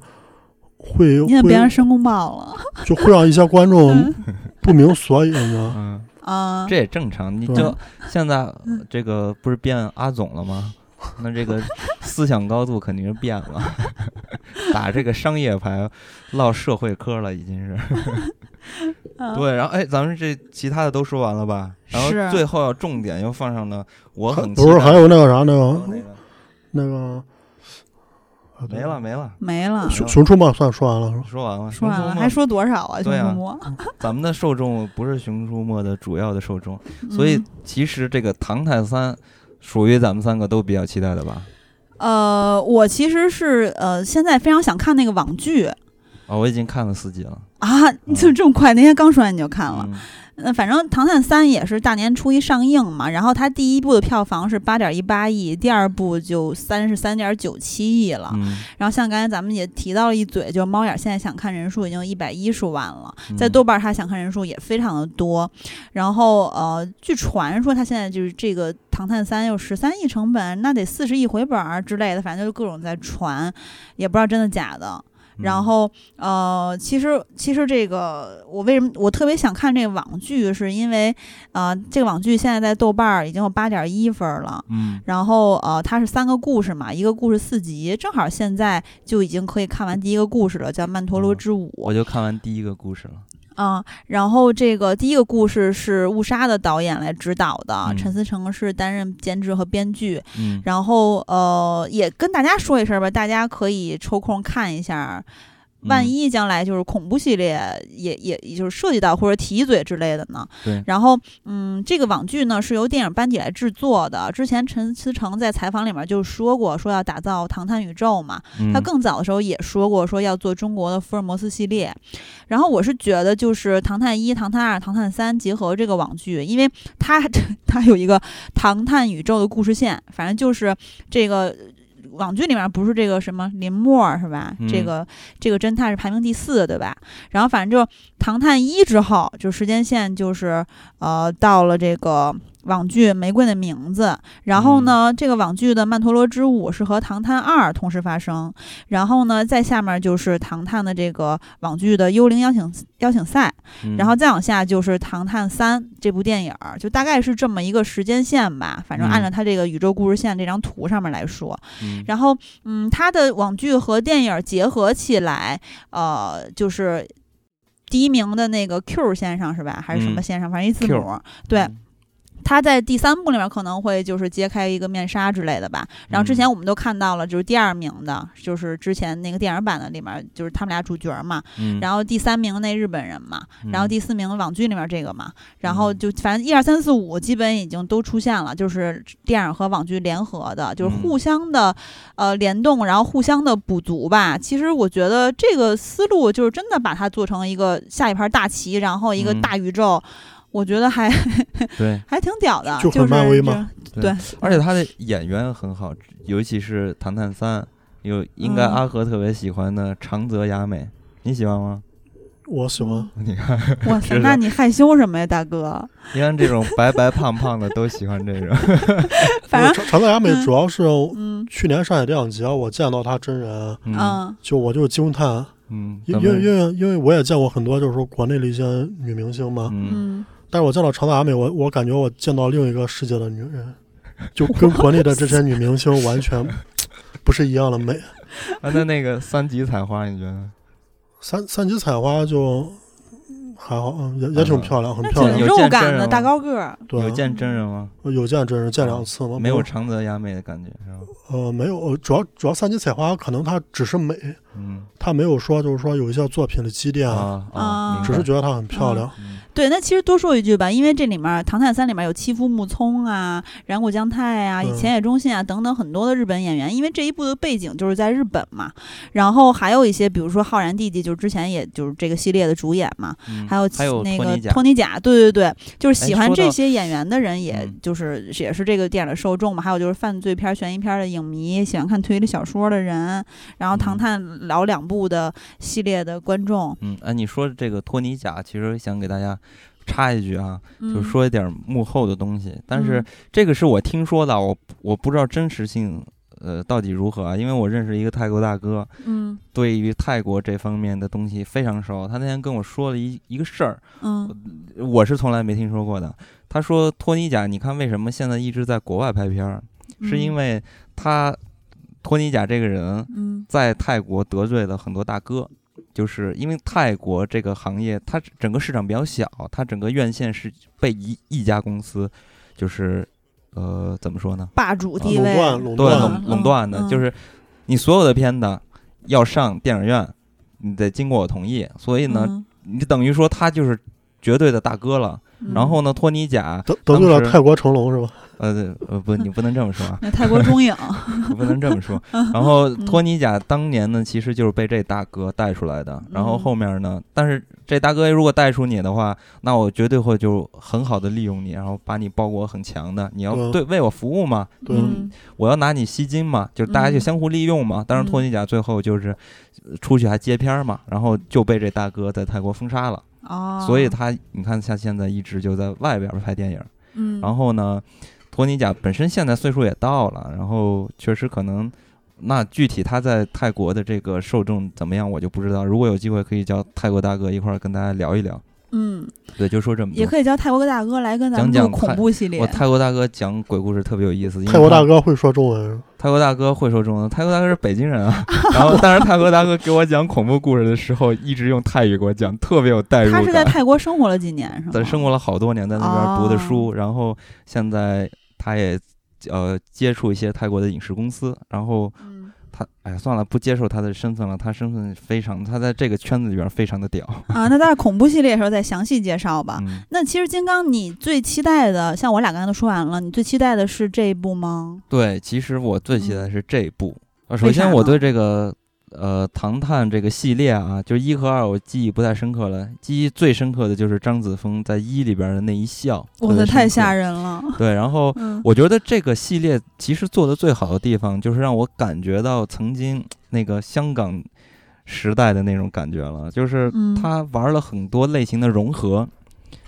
会
你怎么
会
变成申公豹了？
就会让一些观众
嗯
不明所以，你知道吗？
嗯，
啊，嗯
这也正常。你
对
就现在呃这个不是变阿总了吗？那这个思想高度肯定是变了， 打这个商业牌落社会科了，已经是。
啊
对，然后哎，咱们这其他的都说完了吧？然后
是啊
最后要重点又放上了， 我很期
不是
待
还有那个啥那
然后
个
那个
那个
没了没了，
没了，
熊熊出没算说完了是吧？
说完了，
说完
熊
了，
出没
还说多少啊？熊
对啊
出没，
咱们的受众不是《熊出没》的主要的受众，所以
嗯
其实这个《唐探三》属于咱们三个都比较期待的吧？
呃，我其实是呃，现在非常想看那个网剧
啊，我已经看了四集了。
啊，
嗯
就这么快，那天刚说完你就看了。
嗯
那反正《唐探三》也是大年初一上映嘛，然后它第一部的票房是八点一八亿，第二部就三十三点九七亿了。
嗯，
然后像刚才咱们也提到了一嘴，就是猫眼现在想看人数已经一百一十万了，在
嗯
豆瓣儿它想看人数也非常的多。然后呃，据传说它现在就是这个《唐探三》有十三亿成本，那得四十亿回本儿之类的，反正就是各种在传，也不知道真的假
嗯
的。然后呃，其实其实这个我为什么我特别想看这个网剧，是因为呃，这个网剧现在在豆瓣儿已经有八点一分儿了。
嗯，
然后呃，它是三个故事嘛，一个故事四集，正好现在就已经可以看完第一个故事了，叫《曼陀罗之舞》。
我就看完第一个故事了。
啊、然后这个第一个故事是误杀的导演来指导的，
嗯
陈思诚是担任监制和编剧。
嗯，
然后呃，也跟大家说一声吧，大家可以抽空看一下。万
嗯
一将来就是恐怖系列也也也就是涉及到或者提一嘴之类的呢？
对
然后，嗯，这个网剧呢是由电影班底来制作的。之前陈思诚在采访里面就说过，说要打造《唐探宇宙》嘛。他
嗯
更早的时候也说过，说要做中国的福尔摩斯系列。然后我是觉得，就是《唐探一》《唐探二》《唐探三》结合这个网剧，因为它 它有一个唐探宇宙的故事线，反正就是这个。网剧里面不是这个什么林默儿是吧？
嗯
这个这个侦探是排名第四，对吧？然后反正就《唐探一》之后，就时间线就是呃到了这个网剧《玫瑰的名字》，
嗯
然后呢，这个网剧的《曼陀罗之舞》是和《唐探二》同时发生，然后呢，再下面就是《唐探》的这个网剧的《幽灵邀请邀请赛》，
嗯
然后再往下就是《唐探三》这部电影儿，就大概是这么一个时间线吧。反正
嗯
按照它这个宇宙故事线这张图上面来说，
嗯
然后，嗯，它的网剧和电影结合起来，呃，就是第一名的那个 Q 先生是吧？还是什么
嗯
先生？反正一字母
Q
儿。对，
嗯
他在第三部里面可能会就是揭开一个面纱之类的吧。然后之
嗯
前我们都看到了，就是第二名的，就是之前那个电影版的里面就是他们俩主角嘛。
嗯
然后第三名那日本人嘛，然后第四名网剧里面这个嘛，然后
嗯
就反正一二三四五基本已经都出现了，就是电影和网剧联合的，就是
嗯
互相的、呃联动，然后互相的补足吧。其实我觉得这个思路就是真的把它做成一个下一盘大棋，然后一个
嗯
大宇宙，我觉得还
嗯对，
还挺屌的，
就
就
很
是
漫威
这
嘛
对
对，
而且他的演员很好，尤其是《唐探三》，有应该
嗯
阿和特别喜欢的长泽雅美，你喜欢吗？
我喜
嗯
欢。
你看，
哇
知
塞，
道
那你害羞什么呀，大哥？
一般这种白白胖胖的都喜欢这 种。
反正
长长泽雅美
嗯
主要是
嗯
去年上海电影节，我见到她真人，
嗯
嗯
就我就惊叹，
嗯，
因
咱
因
们
为因为因为我也见过很多就是说国内的一些女明星嘛，
嗯，
嗯，
但是我见到长泽雅美，我我感觉我见到另一个世界的女人，就跟国内的这些女明星完全不是一样的美。
啊，那那个三级采花，你觉得？
三三级采花就还好，嗯，也也挺漂亮，很
那
漂
有啊
挺
亮。
肉
见真
感
人
的
吗
大高个儿，
对，啊
有见真人吗？
有见真人见两次吗？
没有长泽雅美的感觉是吧？
呃，没有，主要主要三级采花可能它只是美，
嗯
它没有说就是说有一些作品的积淀，
啊
啊
明白
只是觉得它很漂亮。
嗯
对，那其实多说一句吧，因为这里面儿《唐探三》里面有七夫木聪啊、染谷将太啊、
嗯
前野忠信啊等等很多的日本演员，因为这一部的背景就是在日本嘛。然后还有一些，比如说浩然弟弟，就是之前也就是这个系列的主演嘛，
嗯
还有
还有
那
托
个
尼贾
托尼贾，对对对，就是喜
哎
欢
说
这
到
些演员的人，也
嗯
就是也是这个电影的受众嘛。还有就是犯罪片儿、悬疑片儿的影迷，喜欢看推理小说的人，然后《
嗯
唐探》老两部的系列的观众，
嗯，哎，你说这个托尼贾，其实想给大家插一句啊，就
嗯
是说一点儿幕后的东西，但是
嗯
这个是我听说的，我我不知道真实性呃到底如何啊，因为我认识一个泰国大哥，
嗯
对于泰国这方面的东西非常熟，他那天跟我说了一一个事儿，
嗯
我是从来没听说过的。他说托尼贾，你看为什么现在一直在国外拍片儿，是因
嗯
为他托尼贾这个人，
嗯
在泰国得罪了很多大哥，就是因为泰国这个行业，它整个市场比较小，它整个院线是被一一家公司，就是呃怎么说呢？
霸主地
垄
位，
断垄
对，啊
断
垄
嗯
垄断的，
嗯
就是你所有的片子要上电影院，你得经过我同意，所以呢，
嗯
你等于说他就是绝对的大哥了。
嗯
然后呢，托尼贾，
得得罪了
当时
泰国成龙是吧？
呃对呃不，你不能这么说啊，
那泰国中影，
我不能这么 说。然后
嗯
托尼贾当年呢，其实就是被这大哥带出来的。然后
嗯
后面呢，但是这大哥如果带出你的话，那我绝对会就很好的利用你，然后把你包裹很强的。你要
嗯
对为我服务嘛，
对啊
嗯
我要拿你吸金嘛，就是大家就
嗯
相互利用嘛。当然，托尼贾最后就是呃出去还接片儿嘛，然后就被这大哥在泰国封杀了。
哦，
所以他你看，他现在一直就在外边儿拍电影。
嗯，
然后呢，托尼贾本身现在岁数也到了，然后确实可能那具体他在泰国的这个受众怎么样，我就不知道。如果有机会，可以叫泰国大哥一块儿跟大家聊一聊。
嗯，
对，就说这么多。
也可以叫泰国大哥来跟咱们
讲
录
讲
恐
泰
怖系列
我。泰国大哥讲鬼故事特别有意思。因为
泰国
他
大哥会说中文，
泰国大哥会说中文，泰国大哥是北京人啊。 然后，但是泰国大哥给我讲恐怖故事的时候，一直用泰语给我讲，特别有代入
他
感。
是在泰国生活了几年，是吗？
在生活了好多年，在那边读的
哦
书，然后现在他也呃接触一些泰国的影视公司，然后
嗯
他哎呀算了，不接受他的身份了，他身份非常，他在这个圈子里边非常的屌。
啊，那在恐怖系列的时候再详细介绍吧。
嗯，
那其实金刚，你最期待的，像我俩刚才都说完了，你最期待的是这一部吗？
对，其实我最期待的是这一部。呃首
为啥
先，我
呢
对这个呃《唐探》这个系列啊，就是一和二，我记忆不太深刻了，记忆最深刻的就是张子枫在一里边的那一笑，
我的太吓
人。
人了。
对，然后
嗯，
我觉得这个系列其实做的最好的地方，就是让我感觉到曾经那个香港时代的那种感觉了，就是
嗯
他玩了很多类型的融合，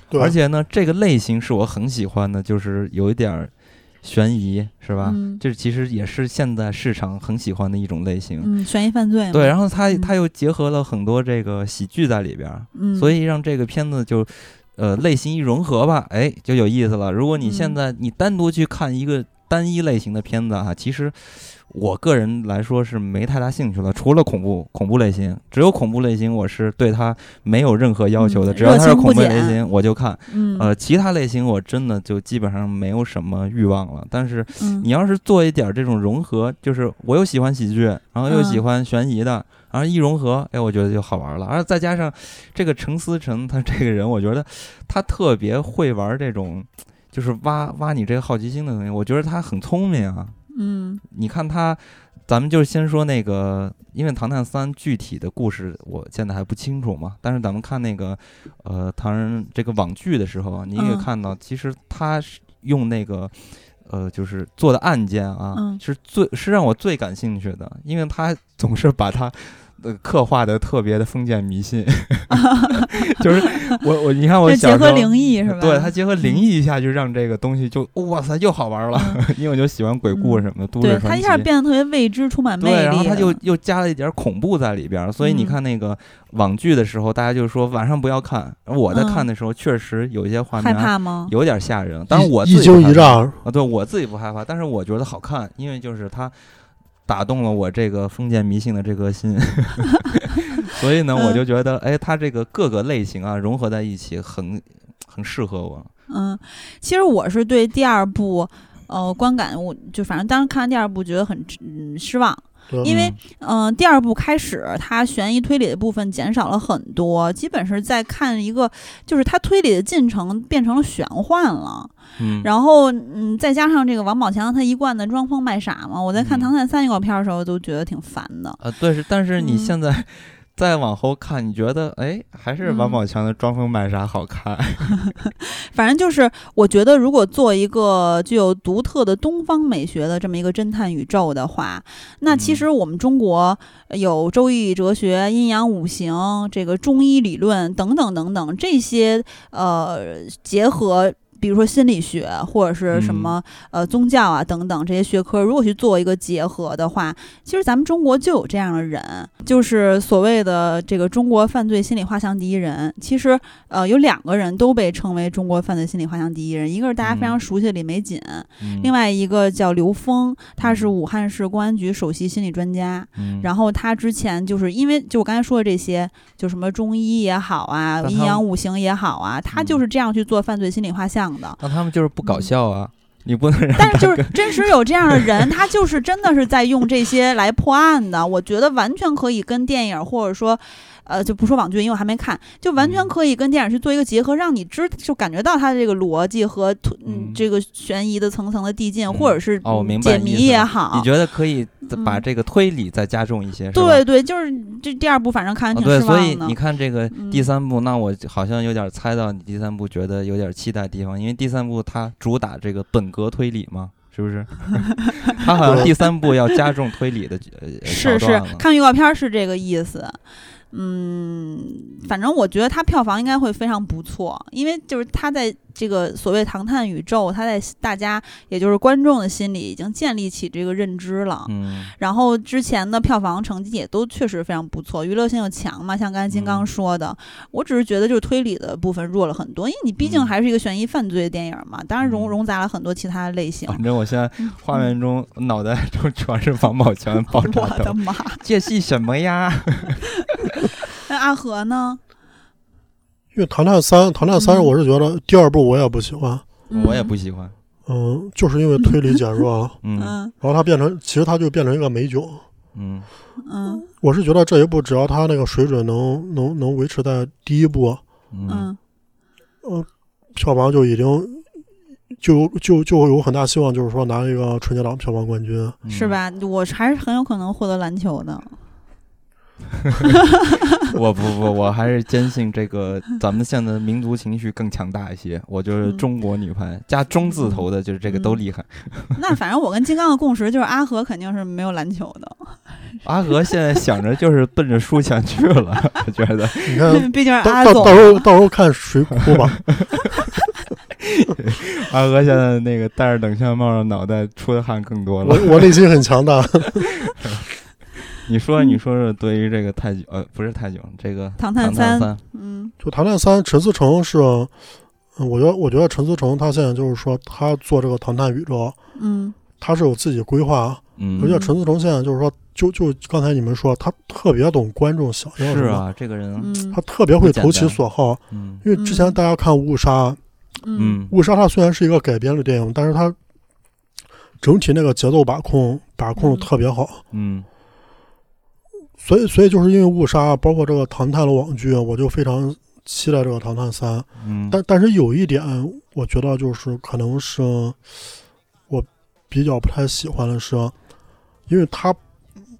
对，啊
而且呢，这个类型是我很喜欢的，就是有一点儿悬疑，是吧？
嗯
这其实也是现在市场很喜欢的一种类型。
嗯，悬疑犯罪嘛。
对，然后他
嗯
他又结合了很多这个喜剧在里边儿，
嗯，
所以让这个片子就，呃，类型一融合吧，哎，就有意思了。如果你现
嗯
在你单独去看一个单一类型的片子啊，其实我个人来说是没太大兴趣了。除了恐怖恐怖类型，只有恐怖类型我是对它没有任何要求的，
嗯
只要它是
热情不
恐怖类
减
型我就看。
嗯
呃，其他类型我真的就基本上没有什么欲望了。但是
嗯
你要是做一点儿这种融合，就是我又喜欢喜剧，然后又喜
嗯
欢悬疑的，然后一融合，哎，我觉得就好玩了。而再加上这个程思成，他这个人，我觉得他特别会玩这种，就是挖挖你这个好奇心的东西。我觉得他很聪明啊。
嗯
你看他，咱们就先说那个，因为《唐探三》具体的故事我现在还不清楚嘛，但是咱们看那个，呃，唐人这个网剧的时候，你也
嗯
看到，其实他是用那个。呃，就是做的案件啊，
嗯
是最是让我最感兴趣的，因为他总是把他呃刻画的特别的封建迷 信， 就是我我你看我
这
小
结
时
合
候
灵异是吧？嗯
对它结合灵异一下，就让这个东西就、哦哇塞又好玩了，因为我就喜欢鬼故事什么的，都
嗯对
市
它
传
一
奇。
下变得特别未知，充满魅
对，
力。
然后它就又加了一点恐怖在里边儿，所以你
嗯
看那个网剧的时候，大家就说晚上不要看。我在
嗯
看的时候，确实有一些画
害
面
怕吗？
有点吓人，但是
一
我
一
自己不
惊
害
一
怕
乍，
啊，对我自己不害怕，但是我觉得好看，因为就是它打动了我这个封建迷信的这颗心， 所以呢，我
嗯
就觉得，哎，它这个各个类型啊融合在一起很，很适合我。
嗯，其实我是对第二部，呃，观感我就反正当时看完第二部觉得很嗯失望，
对
因为
嗯
嗯、呃第二部开始它悬疑推理的部分减少了很多，基本是在看一个就是它推理的进程变成了玄幻了。
嗯，
然后，嗯，再加上这个王宝强他一贯的装疯卖傻嘛，我在看
嗯
《唐探三》预告片的时候都觉得挺烦的。
啊，对是，但是你
嗯
现在再往后看，你觉得哎，还是王
嗯
宝强的《装疯卖傻》好看？
反正就是，我觉得如果做一个具有独特的东方美学的这么一个侦探宇宙的话，那其
嗯
实我们中国有《周易》哲学、阴阳五行、这个中医理论等等等等这些，呃，结合。比如说心理学或者是什
嗯
么、呃宗教啊等等这些学科，如果去做一个结合的话，其实咱们中国就有这样的人，就是所谓的这个中国犯罪心理画像第一人。其实，呃，有两个人都被称为中国犯罪心理画像第一人，一个是大家非常
嗯
熟悉的李玫瑾，
嗯
另外一个叫刘峰，他是武汉市公安局首席心理专家。
嗯
然后他之前就是因为就我刚才说的这些，就什么中医也好啊，
但他
阴阳五行也好啊，他就是这样去做犯罪心理画像的。
那他们就是不搞
嗯
笑啊，你不能让
但 是
大
就
哥
是真实有这样的人，他就是真的是在用这些来破案的。 我觉得完全可以跟电影或者说，呃，就不说网剧，因为我还没看，就完全
嗯
可以跟电影去做一个结合，让你知就感觉到他这个逻辑和推嗯
嗯
这个悬疑的层层的递进，或者是
哦我明白
解
你
谜
意思
也
了
好
你。觉得可以再把
嗯
这个推理再加重一些，是吧
对对，就是这第二部，反正看
啊，
着
对，
挺失
所以
望的
你。看这个第
嗯
三部，那我好像有点猜到你第三部觉得有点期待的地方，因为第三部它主打这个本格推理嘛，是不 是？它好像第三部要加重推理的呃
是
桥
是
段了，
看预告片儿是这个意思。嗯，反正我觉得它票房应该会非常不错，因为就是它在这个所谓唐探宇宙，它在大家也就是观众的心里已经建立起这个认知了。
嗯，
然后之前的票房成绩也都确实非常不错，娱乐性又强嘛，像刚才金刚说的，我只是觉得就是推理的部分弱了很多，因为你毕竟
嗯
还是一个悬疑犯罪电影嘛，当然
嗯
融融杂了很多其他的类型。嗯
反正我现在画面中、脑袋中全是王宝强爆炸
我的
头，
妈！
这是什么呀？
那阿和呢？
因为《唐探三》，《唐探三》
嗯
我是觉得第二部我也不喜欢，
我也不喜欢。
嗯，就是因为推理减弱了，
嗯
嗯
然后它变成，其实它就变成一个美酒。
嗯
嗯
我是觉得这一部只要它那个水准能能能维持在第一部，
嗯
嗯
票房就已经就就就有很大希望，就是说拿一个春节档票房冠军。啊
嗯，
是？吧？我还是很有可能获得篮球的。
我不不，我还是坚信这个咱们现在的民族情绪更强大一些。我就是
嗯
中国女排加中字头的，就是这个都厉害。
那反正我跟金刚的共识就是，阿和肯定是没有篮球的，，
阿和现在想着就是奔着输钱去了，我觉得
你 看
毕竟是
呃到
阿
到
总
到。时候到时候看谁哭吧。
阿和现在那个戴着冷笑帽的脑袋出的汗更多
我
了。
我内心很强大，
你说你说说对于这个泰囧呃不是泰囧这个
唐探
三
三嗯
就《唐探三》，陈思诚是，嗯我觉得我觉得陈思诚他现在就是说他做这个《唐探宇宙》，
嗯
他是有自己规划。
嗯
而且陈思诚现在就是说，就就刚才你们说，他特别懂观众想要什
是
么，
啊，这个人，
嗯
他特别会投
不简
其
单
所好。
嗯
因为之前
嗯
大家看《误杀》，
嗯
嗯
误杀》它虽然是一个改编的电影，但是它整体那个节奏把控把控得特别好。
嗯
所以，所以就是因为《误杀》，包括这个《唐探》的网剧，我就非常期待这个《唐探三》。
嗯，
但但是有一点，我觉得就是可能是我比较不太喜欢的是，因为他《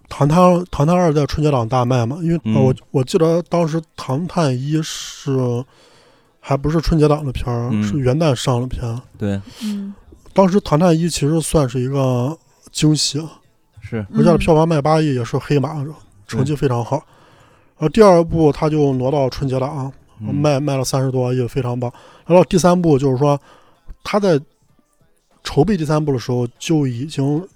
唐探》《唐探二》在春节档大卖嘛，因为、
嗯
呃我我记得当时《唐探一》是还不是春节档的片儿，
嗯
是元旦上的片儿。
对，
嗯，
当时《唐探一》其实算是一个惊喜，啊
是
而且
嗯
它的票房卖八亿也是黑马，成
嗯
绩非常好。而第二部他就挪到春节档，
嗯
卖卖了三十多亿，非常棒。然后第三部就是说，他在筹备第三部的时候就已经
嗯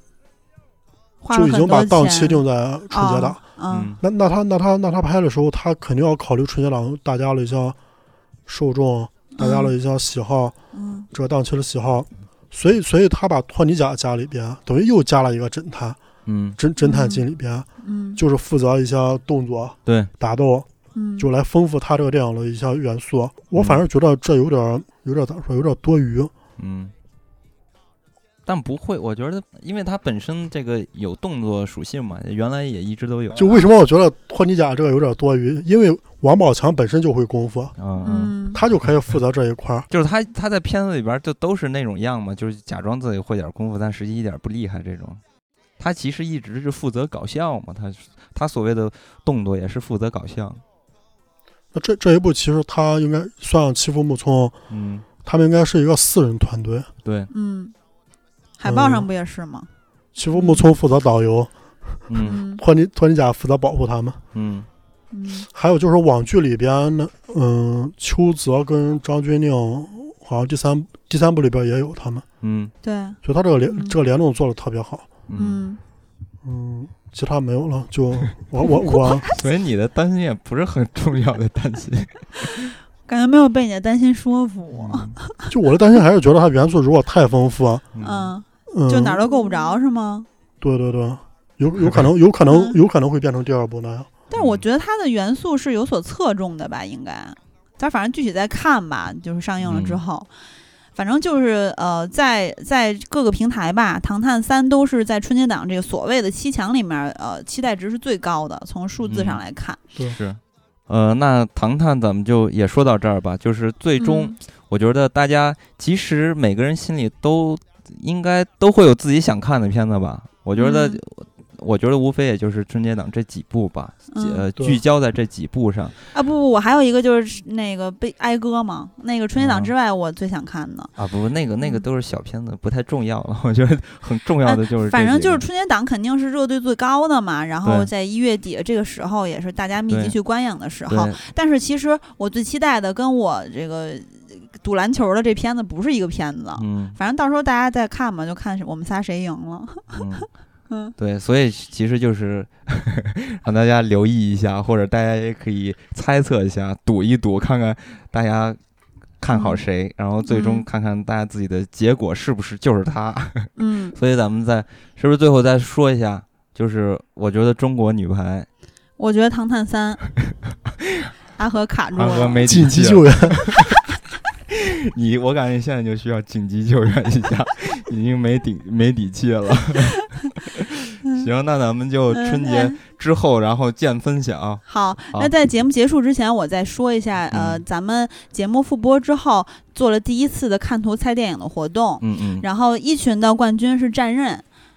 花了
就已
很
经
多
把档
钱
期定在春节档。
啊嗯
嗯
那那他那他那他拍的时候，他肯定要考虑春节档大家的一些受众，大家的一些喜好，
嗯
这个档期的喜好。所以，所以他把托尼贾加里边，等于又加了一个侦探，
嗯
侦侦探进里边，
嗯
就是负责一些动作
对，
打斗，
嗯
就来丰富它这个电影的一些元素。啊我反而觉得这有点儿有点儿咋说，有点儿多余。
嗯。但不会，我觉得，因为它本身这个有动作属性嘛，原来也一直都有。
就为什么我觉得托尼贾这个有点儿多余？因为王宝强本身就会功夫，啊
嗯嗯，
嗯
他就可以负责这一块儿。
就是他他在片子里边就都是那种样嘛，就是假装自己会点功夫，但实际一点不厉害这种。他其实一直是负责搞笑嘛，他他所谓的动作也是负责搞笑。
那这这一部其实他应该算上欺负木聪，
嗯，
他们应该是一个四人团队。
对，
嗯，海报
嗯
上不也是吗？
欺负木聪负责导游，
嗯
嗯
托尼托尼贾负责保护他们。
嗯
嗯
还有就是网剧里边呢，嗯，邱泽跟张钧甯好像第三第三部里边也有他们，
嗯
对
所以他这个联
嗯
这个联动做的特别好。
嗯，
嗯
嗯，其他没有了，就 我我我，啊
所以你的担心也不是很重要的担心。
感觉没有被你的担心说服。
就我的担心还是觉得它元素如果太丰富啊，
嗯
嗯，
嗯，
就哪儿都够不着是吗？
对对对，有有可能有可能
嗯
有可能会变成第二部那样。
嗯
但是我觉得它的元素是有所侧重的吧，应该。咱反正具体再看吧，就是上映了之
嗯
后，反正就是呃，在在各个平台吧，《唐探三》都是在春节档这个所谓的七强里面，呃，期待值是最高的，从数字上
嗯
来看。
是。呃，那《唐探》咱们就也说到这儿吧。就是最终，
嗯
我觉得大家其实每个人心里都应该都会有自己想看的片子吧。我觉得，
嗯
我觉得无非也就是春节档这几部吧，
嗯
呃，
对
聚焦在这几部上
啊不不，我还有一个就是那个被哀歌嘛，那个春节档之外我最想看的，
啊。不，那个那个
嗯哎
都是小片子，不太重要了。我觉得很重要的就是这几个、
反正就是春节档肯定是热度最高的嘛，然后
对
在一月底这个时候也是大家密集
对
去观影的时候。
对，
但是其实我最期待的跟我这个。赌篮球的这片子不是一个片子。
嗯
反正到时候大家再看吧，就看我们仨谁赢了。
嗯
嗯，
对，所以其实就是 让大家留意一下，或者大家也可以猜测一下，赌一赌，看看大家看好谁，然后最终
嗯
看看大家自己的结果是不是就是他。
嗯，
所以咱们再是不是最后再说一下，就是我觉得中国女排
我觉得《唐 探三》，阿和卡住
安和
了。
没
紧
底
急
气了
救援，
你我感觉现在就需要紧急救援一下，已经没底没底气了。 行，那咱们就
嗯
春节
嗯
之后，然后见分享。
好，
好
那在节目结束之前，我再说一下，呃，
嗯
咱们节目复播之后做了第一次的看图猜电影的活动，
嗯嗯，
然后一群的冠军是战刃，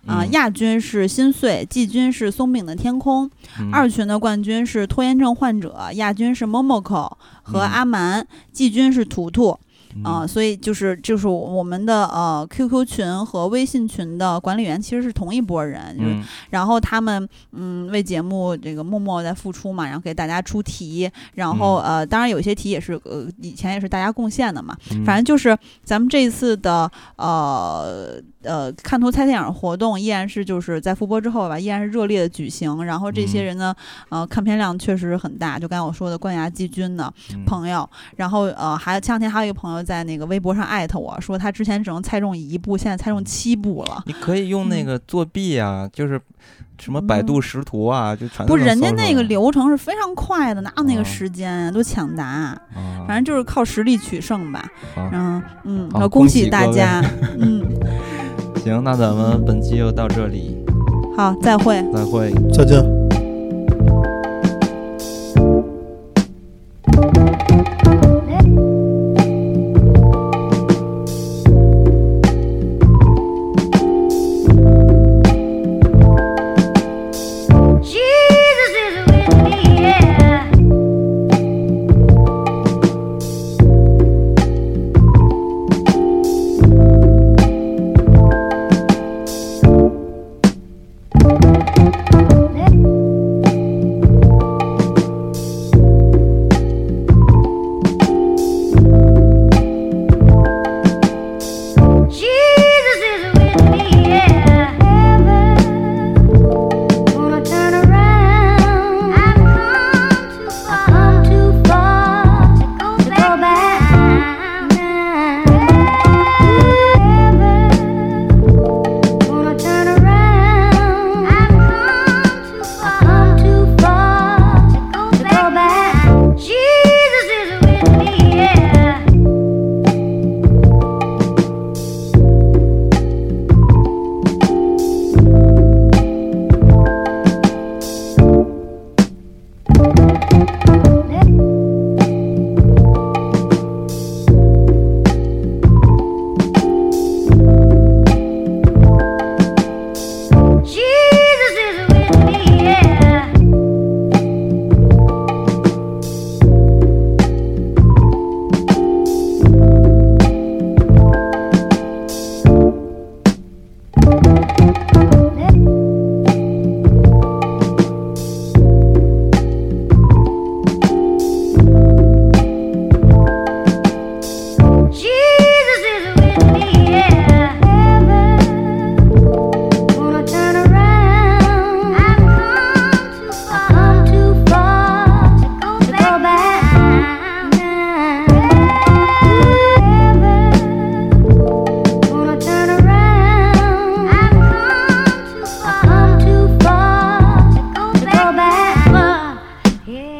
啊、
嗯
亚军是心碎，季军是松饼的天空，
嗯
二群的冠军是拖延症患者，亚军是 Momoko
嗯
和阿蛮，季军是图图。啊、
嗯
所以就是就是我们的呃 QQ 群和微信群的管理员其实是同一拨人，就是
嗯
然后他们嗯为节目这个默默在付出嘛，然后给大家出题，然后、呃当然有些题也是呃以前也是大家贡献的嘛，
嗯
反正就是咱们这一次的呃呃看图猜电影活动依然是就是在复播之后吧，依然是热烈的举行，然后这些
嗯
人呢、呃看片量确实很大，就刚才我说的冠亚季军呢，
嗯
朋友，然后呃，还有前两天还有一个朋友在那个微博上艾特我说，他之前只能猜中一部，现在猜
嗯
中七部了。
你可以用那
嗯
个作弊啊，就是什么百度识图啊，就全都
不是，
能
人家
搜出
那个
来
流程是非常快的，哪有那个
哦
时间啊？多抢答，
啊，
反正就是靠实力取胜吧。
好
嗯嗯，
好
然后
哦恭喜
喜大
各位
家。嗯，
行，那咱们本期就到这里，
好，再会。
再会。
再见。
Jesus is with me, yeah. Jesus is with me, yeah. Heaven. Wanna turn around? I've come too far to go back now. Wanna turn around? I've come too far to go back. Jesus is with me, yeah. Jesus is with me, yeah. Jesus is with me, yeah. Heaven. Wanna turn around? I've come too far to go back now. Wanna turn around? I've come too far to go back. Yeah.